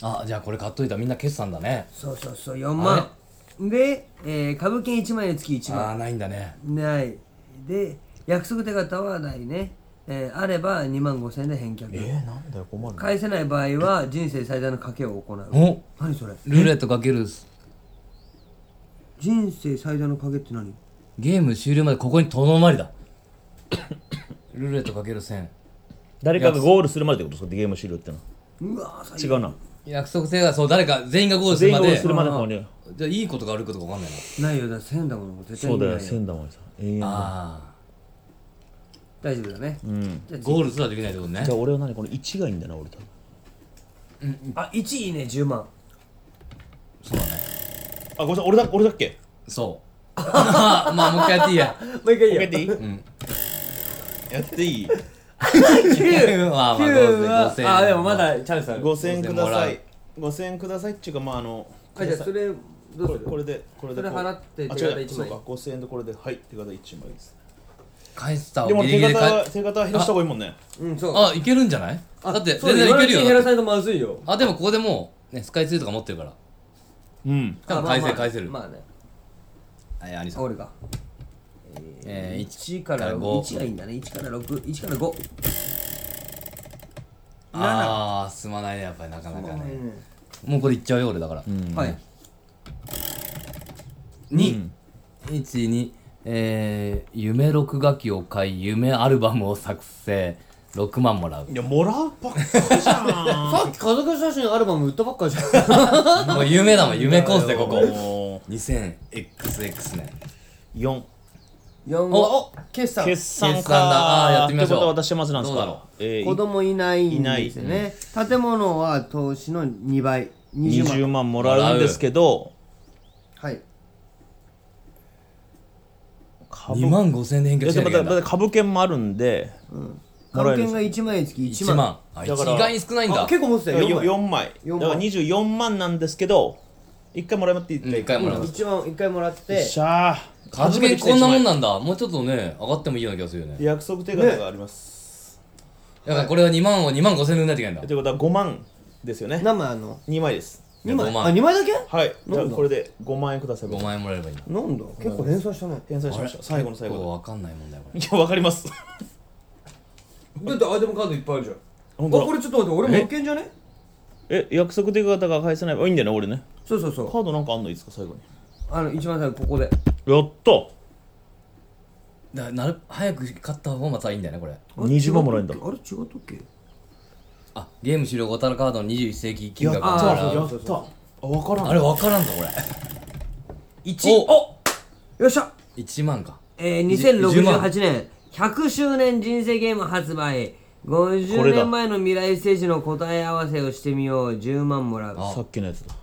あじゃあこれ買っといたらみんな決算だねそうそうそう4万で、えー株券1万円につき1あ万あないんだねないで約束手形はないね、えーあれば2万5千円で返却、えー、なんだよ困るな返せない場合は人生最大の賭けを行うお何それルーレットかける人生最大の賭けって何ゲーム終了までここにとどまり だルーレットかける1000誰かがゴールするまでってことですかゲーム終了ってのはうわー最違うな約束性がそう誰か全員がゴールす全る員がまゴールでするまでの方にじゃあいいことか悪いことか分かんないなないよだ1000だもん絶対そにうなだよいよ千だもんさ永遠だあ大丈夫だね、うんあゴールすらできないってことねじゃあ俺は何この1がいいんだな俺多分あ1位ね10万そうだねあごめんなさい俺だ俺だっけそう まあまあもう一回やっていいやもう一回いいやよっていい、やっていい9 まあまあ9は5000あでもまだチャンスある5000円くだもらさうい5000円くださいっていうかまああのあじゃあそれどうこすれるこれでこれでこうそれ払ってあ手形違う一そう枚か5000円でこれではい手形1枚です返したでもギリギ手リで形返は手形は減らした方がいいもんねうんそうあいけるんじゃないだってそう全然いけ今のうちにる減らよさないとまずいよあでもここでもうねスカイツリーとか持ってるからうん多分あまあ返ませある返せるまあねはいアニあさん俺かえー一1からから五6 1がいいんだね1から61から5ああすまないねやっぱりなかなかねねもうこれいっちゃうよ俺だからはい212えー夢録画機を買い夢アルバムを作成6万 もらういやもらうばっかりじ ゃんさっき家族写真アルバム売ったばっかじゃ んもう夢だもん夢コースでこここ 2000XX ね4 4おお決算決算決算だかあーやってみまっしょうてことは私まずなんですどうだかろえー子供いないんないですよね建物は投資の2倍20万20万もらうんですけどはい株2万5000円で返い却やしでなきもゃいけなだいんだだって株券もあるんでもらえ案るん件ですが1万円につき1 1万万あ一だから意外に少ないんだあ結構持ってただからよよ4 4枚4枚だから24万なんですけど1回もらえっていいってうん一回もらい枚ます1万1回もらっよってしゃー初初めめて来たこんなもん一なんだもうちょっとね上がってもいいような気がするよね枚約束手形がありますだからこれは2万を2万5000円で売んないといけないんといだうことは5万ですよね何枚あんの2枚です2枚五万あ2枚だけはいなんだじゃあこれで5万円ください5万円もらえればいいんだなんだ結構連鎖したね返済しました最後の最こう後わかんないもんだよこいやわかりますだってアイテムカードいっぱいあるじゃん本当だあこれちょっと待って俺もいけんじゃねえ約束手形が返せないあいいんだよね俺ねそうそうそカうードなんかあんのいいですか最後にあの一番最後ここでやったれだからなる早く買った方がまたいいんだよねこれ20万もらえんだあれ違ったっけあゲーム終了5タラカードの21世紀金や額あったあらーやそうっそうたそあ分からんあれわからんぞこれ1よっしゃ1万かえーじゅ10万2068年100周年人生ゲーム発売これ50だ年前の未来政治の答え合わせをしてみよう10万もらうさっきのやつだ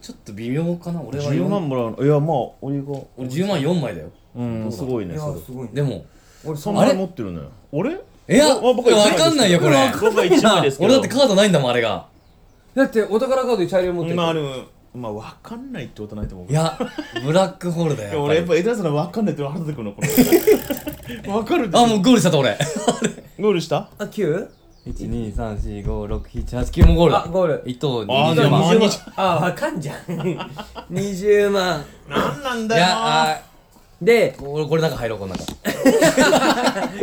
ちょっと微妙かな俺は10万もらうのいやまあ俺が俺10万4枚だようんすごいねいやそれすごいねでも俺そんなに持ってるのよ俺いやお僕はわ一枚ですかんないよこれ僕は一枚ですけ俺どだってカードないんだもんあれがだってお宝カードに茶色い持ってるまあでもまあわかんないってことないと思ういやブラックホールだいやよ俺ややっっぱぱ江田さんのわかんないっての腹立ってくるのこれわかるりあもうゴールしちゃった俺あれゴールしたあ 9? 123456789もゴールだあゴール一等あー20じ万ゃああわかんじゃん 20万何なんいだよやあでー俺これ中入ろうこの中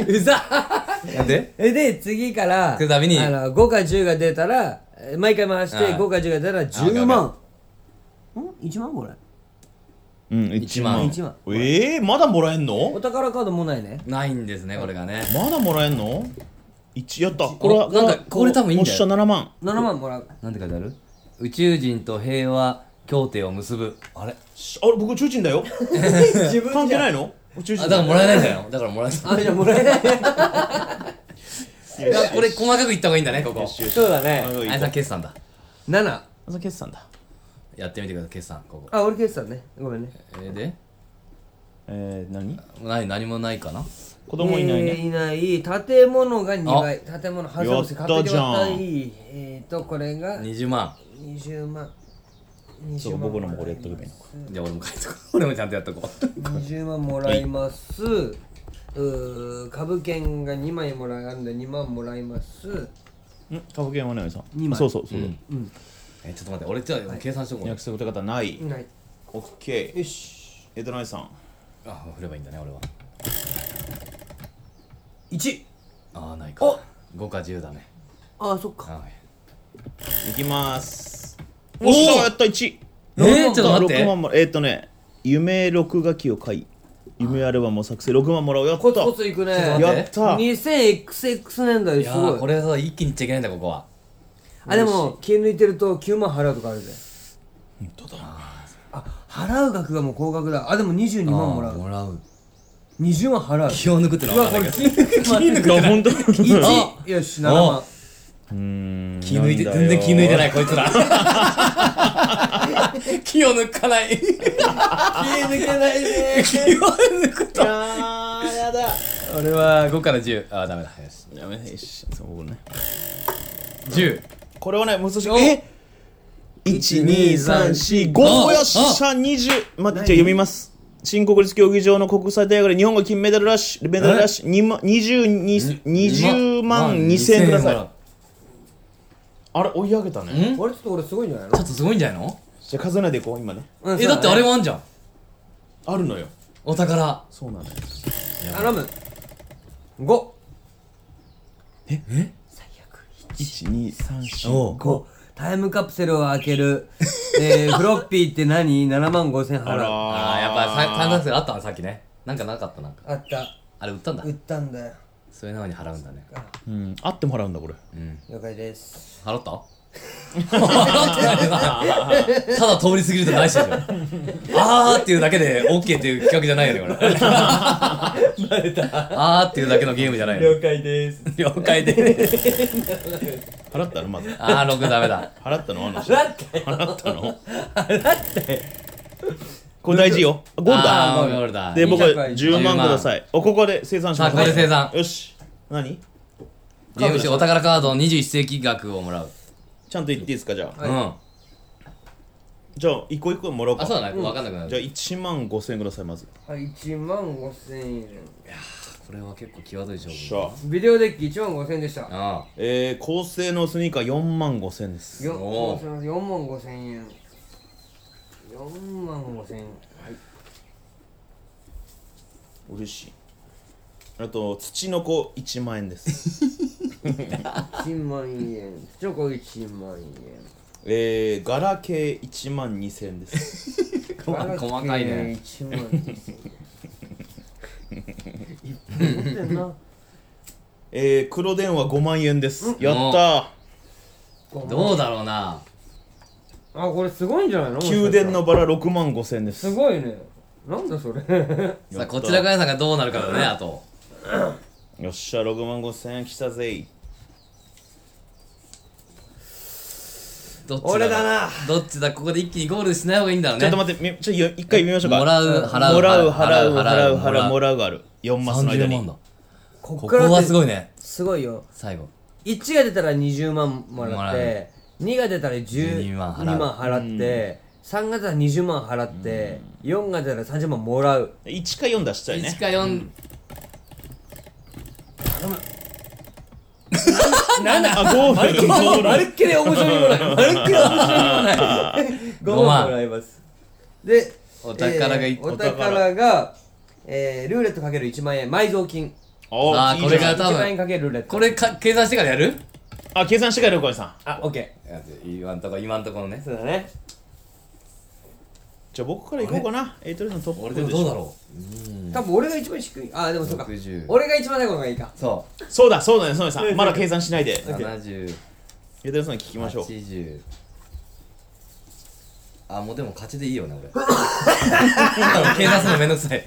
うざなんでえで次からくだびにあの5か10が出たらえ毎回回してああ5か10が出たら10万ん1万これうん1万1万ええまだもらえんおの宝カードもないねないんですねこれがねまだもらえんの一やったこれはなんかこれ多分いいんだよもっしゃ7万7万もらうなんて書いてある宇宙人と平和協定を結ぶあれしあれ僕宇宙人だ よ関係ないの宇宙あ人だからもらえないんだよだからもらえあじゃあもらえないないこれ細かくいった方がいいんだねこ こそうだねあいさん決算だ7朝決算だやってみてください決算ここあ俺消したねごめんねえーでえー、何ない何もないかな子供いないえね、ーいない建物が2倍建物ハウスハウスや買っったてじゃんたいえーとこれが20万20万そう20万僕のもこれやっとけばいいのかじゃあ俺も書いとこう 俺もちゃんとやっとこう20万もらいますうー株券が2枚もらうんで2万もらいますん株券はねおじさん二枚そうそうそう、えちょっと待って俺じゃあ計算しとこう約束という方ないないオッケーよし江戸内さんあ振ればいいんだね俺は1ああないか5か10だねあそっかはいいきますおーおっしゃやった1えー、ちょっと待っ6て万もえーっ、とね夢録画機を買い夢アルバムを作成6万もらうやったコツコツいくねちょっと待やっってた 2000XX 年代いすやごーいこれさ一気にいっちゃいけないんだここはあでも気抜いてると9万払うとかあるぜあ払う額がもう高額だあでも22万もらあーうもらう20万払う気を抜くってのうはわ分かこれんないけ気ど抜くいや本当に1よし7万あ気抜いて全然気抜いてないこいつら 気を抜かない気気抜けないねを抜くとあーやだ俺は5から10あーダメだよしやめよしそう僕ね10これはね難しいえ一二三四五あよっしゃ二十待ってじゃあ読みます新国立競技場の国際大会で日本が金メダルラッシュメダルラッシュ二万二十二二十万二千円くださいあれ追い上げたねんちょあれちょっと俺すごいんじゃないのっとすごいんじゃないのじゃあ数えないでいこう今ねうんえそうだってあれもあんじゃんあるのよお宝そうなのよ頼む5一二三四おこうタイムカプセルを開け る、えー、フロッピーって何7万5千あ払うらあーやっぱりサンダースあったなさっきねなんかなかったなんかあったあれ売ったんだ売ったんだよそういうのに払うんだねうんあってもらうんだこれ了解です払った払ってないなただ通り過ぎると大したでしょあーっていうだけで OK っていう企画じゃないよねこれあーっていうだけのゲームじゃないよ解です了解で払ったのまずあー6ダメだ払ったのあ の人だって払ったのこれ大事よゴールだあーゴールだで僕200はいい10万くださいおここで生産しますあここで生産よし何ゲームしてお宝カード21世紀額をもらうちゃんと言っていいですかじゃあはいうんじゃあ一個一個もらおうかあそうだね分かんなくなじゃある1万5千円くださいまず はい1万5千円これは結構際どい勝し負ゃあビデオデッキ1万5千円でしたあえー高性能スニーカー4万5千円ですよおーそうそう4万5千円4万5千円はい嬉しいあと土の子1万円です1万円チョコ1万円えーガラケー1万2千円です あ細かいね1万2千円いっぱい持ってんなえー黒電話5万円ですやったどうだろうなあこれすごいんじゃないのー宮殿のバラ6万5千円ですすごいねなんだそれさあこちらかやさんがどうなるかだねあとよっしゃ6万5千円来たぜどっち俺だなどっちだここで一気にゴールしない方がいいんだろうちょねっと待ってみちょよ一回見ましょうかもらう払うもらう払払うう払う払う払うもらうがある4マスの間30に万だここっこからはすごいいねすごいよ最後1が出たら20万ももららっうて2が出たら12 12万万払う払って3が出たら20万払って4が出たら30万もらう1か4出したい1ねか4 あゴー ルゴールまるっきり面白いもないまるっきり面白いもないご5万万もらいますでお宝がいえーお宝がえールーレットかける1万円埋蔵金おあいーいじゃんこれが多分1万円かけるルーレットこれか計算してからやるあ計算してから横井さんあオッケ今んとこ今んとこのねーそうだねじゃあ僕から行こうかなエイトレスのトップ俺でもどうだろ多分俺が一番低いあでもそうか60俺が一番高い方がいいかうそそうだそうだねそうだねさんまだ計算しないでう7080エイトレスさんに聞きましょうあもうでも勝ちでいいよね 俺今の計算するのめんどくさい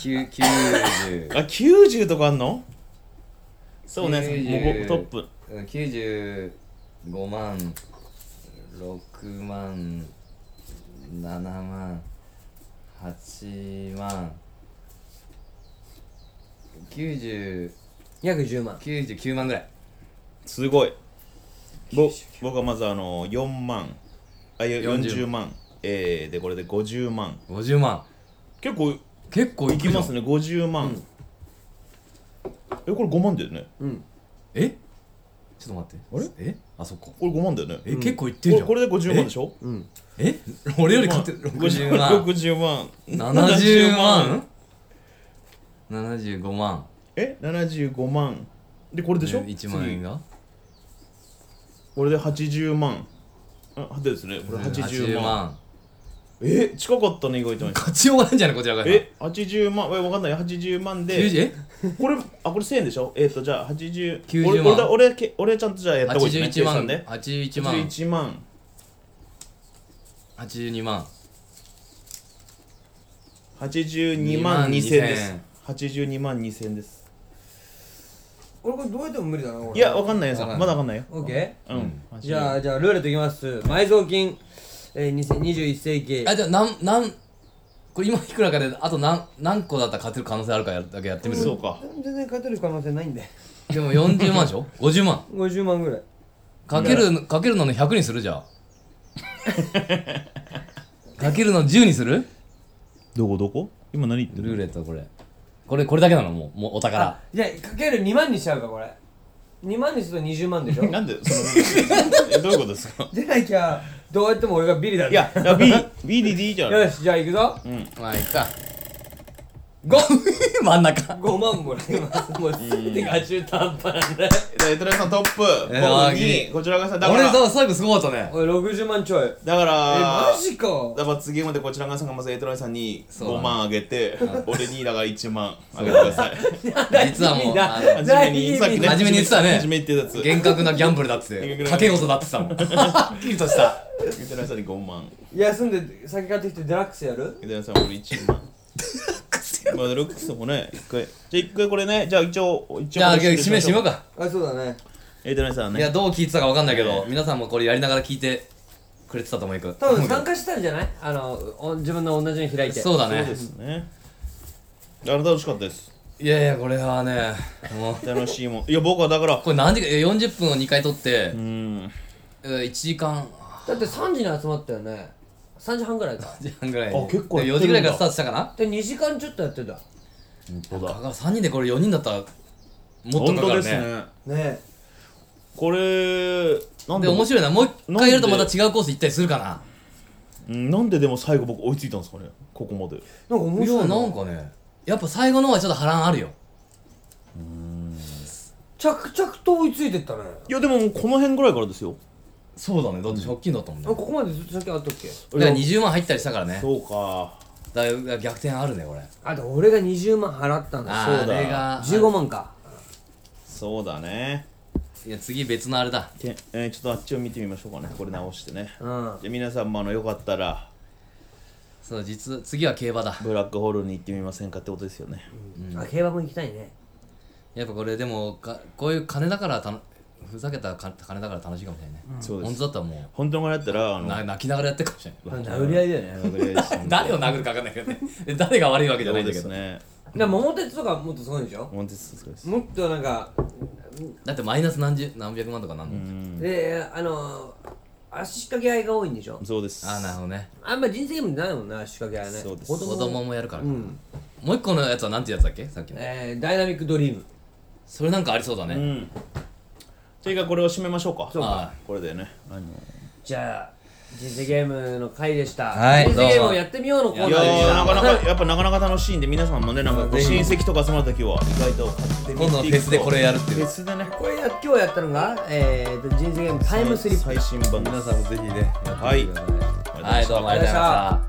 9 90あ90とかあんのそうね90もうトップうん95万6万7万8万90約10万99万ぐらいすごいぼ僕はまずあの4万あいや40万えー、でこれで50万50万結構い結構いきますね50万、えこれ5万だよねえちょっと待ってあれえあそっかこれ5万だよねえ、結構いってこるじれゃこれで50ん万でしょえ俺より勝ってる60万60万70万75万え75万でこれでしょ1万円次がこれで80万あでですねこれ80万万え近かったね意外と勝ち終わらんじゃないこちらがえ80万えわかんない80万で90えこれあこれ1000円でしょえっ、とじゃあ80 90俺万俺だ俺け俺ちゃんとじゃあやった方がいいです81ね万計81算万で81万82万82万2000です82万2000です俺これどうやっても無理だな俺いやわかんないよさわかんないまだわかんないよオッケーうんじゃあ、じゃあ、ルーレットいきます。埋蔵金、えー、2021世紀。あじゃあなんなんこれ今いくらかであと何何個だったら勝てる可能性あるかやだけやってみるそうか全然勝てる可能性ないんで。でも40万でし ょ50万50万ぐらい。かけるかけるのの100にするじゃあ かけるの10にするどこどこ今何言ってルーレットこれこれこれだけなのもうもうお宝じゃあ、かける2万にしちゃうか、これ。2万にすると20万でしょ なんでそのえどういうことですかでなきゃ、どうやっても俺がビリだね。いや、だから B、B でいいじゃん。よし、じゃあ行くぞ。まあいっか5真ん中5万もらいます。もう全てが中途半端なんだ。で、エトラさんトップ、えー僕あに、こちらがさん、だか俺ら、だそう最後すごかったねおい、60万ちょい。え、から、マジか。だから次までこちらがさんがまずエトラさんにうだ5万あげて、俺にだから1万あげてください。 実はもうあの初めに、さっきね、初めに言ってたね初めに言ってたやつ。厳格なギャンブルだ っつって厳格な賭け事だってさもうはっきりとしたエトラさんに5万、休んで、酒買ってきてデラックスやるエトラさん俺1万。 まあ、ルックスもね、一回。じゃあ一回これね、じゃあ一応、一応。じゃあ締め締めよう。かあ、そうだね。エトラさんいやね。どう聞いてたかわかんないけど皆さんもこれやりながら聞いてくれてたと思うけど多分参加したんじゃないあの、お自分の同じに開いて。そうだそうでねすね。あれ楽しかったです。いやいやこれはねもう楽しいもん。いや、僕はだから、これ何時間いや40分を2回撮ってうん。 1時間だって3時に集まったよね。3時半ぐらいか。時間ぐらいにあ結構やってるんだ4時ぐらいからスタートしたかなで、2時間ちょっとやってた。そうだかだ。ら3人でこれ4人だったらもっと本かか当るですねね。ねこれ、なんでで面白いなもう一なん回でやるとまた違うコース行ったりするかなうんなんででも最後僕追いついたんですかね、ここまで。なんか面い白やいななんかねやっぱ最後の方はちょっと波乱あるよ着々と追いついてったねいや、でももうこの辺ぐらいからですよ。そうだねだって借金だったもんねあここまでずっと酒あったっけだから20万入ったりしたからねそうか。だいぶ逆転あるねこれあでも俺が20万払ったんだあそうだれが15万かそうだね。いや次別のあれだけえーちょっとあっちを見てみましょうかね、これ直してね。うんじゃあ皆さんもあのよかったら、そう実次は競馬だブラックホールに行ってみませんかってことですよね、あ競馬も行きたいねやっぱこれでもかこういう金だからたのふざけたか金だから楽しいかもしれないね、そうで本す当だったらも本当にもらったらあうのな泣きながらやってるかもしれない殴り合いだよね殴り合いしても 誰を殴るか分かんないけどね 誰が悪いわけじゃそなういんだでけすど、ねでも桃鉄とかもっとすごいんでしょモンテスそうですもっとなんかだってマイナス何十何百万とかなんの、であの足掛け合いが多いんでしょそうですああなるほどねあんま人生ゲームないもんな足掛け合いねそうです子子供供もやるからかうな、んもう一個のやつはなんてやつだっけさっきの、えーダイナミックドリームそれなんかありそうだね、うんというかこれを締めましょうかそうかはこれでねあのじゃあ人生ゲームの回でした、はい人生ゲームどをうもやってみようのコーナーいでやしーたなかなかやっぱなかなか楽しいんで皆さんもねなんかこう親戚とか集まった時は意外と買ってみて今度のフェスでこれやるっていフうェスでねこれや今日やったのが、えー、と人生ゲームタイムスリップ最新版ですさんもぜひねはい哎はいどうもありがとうございました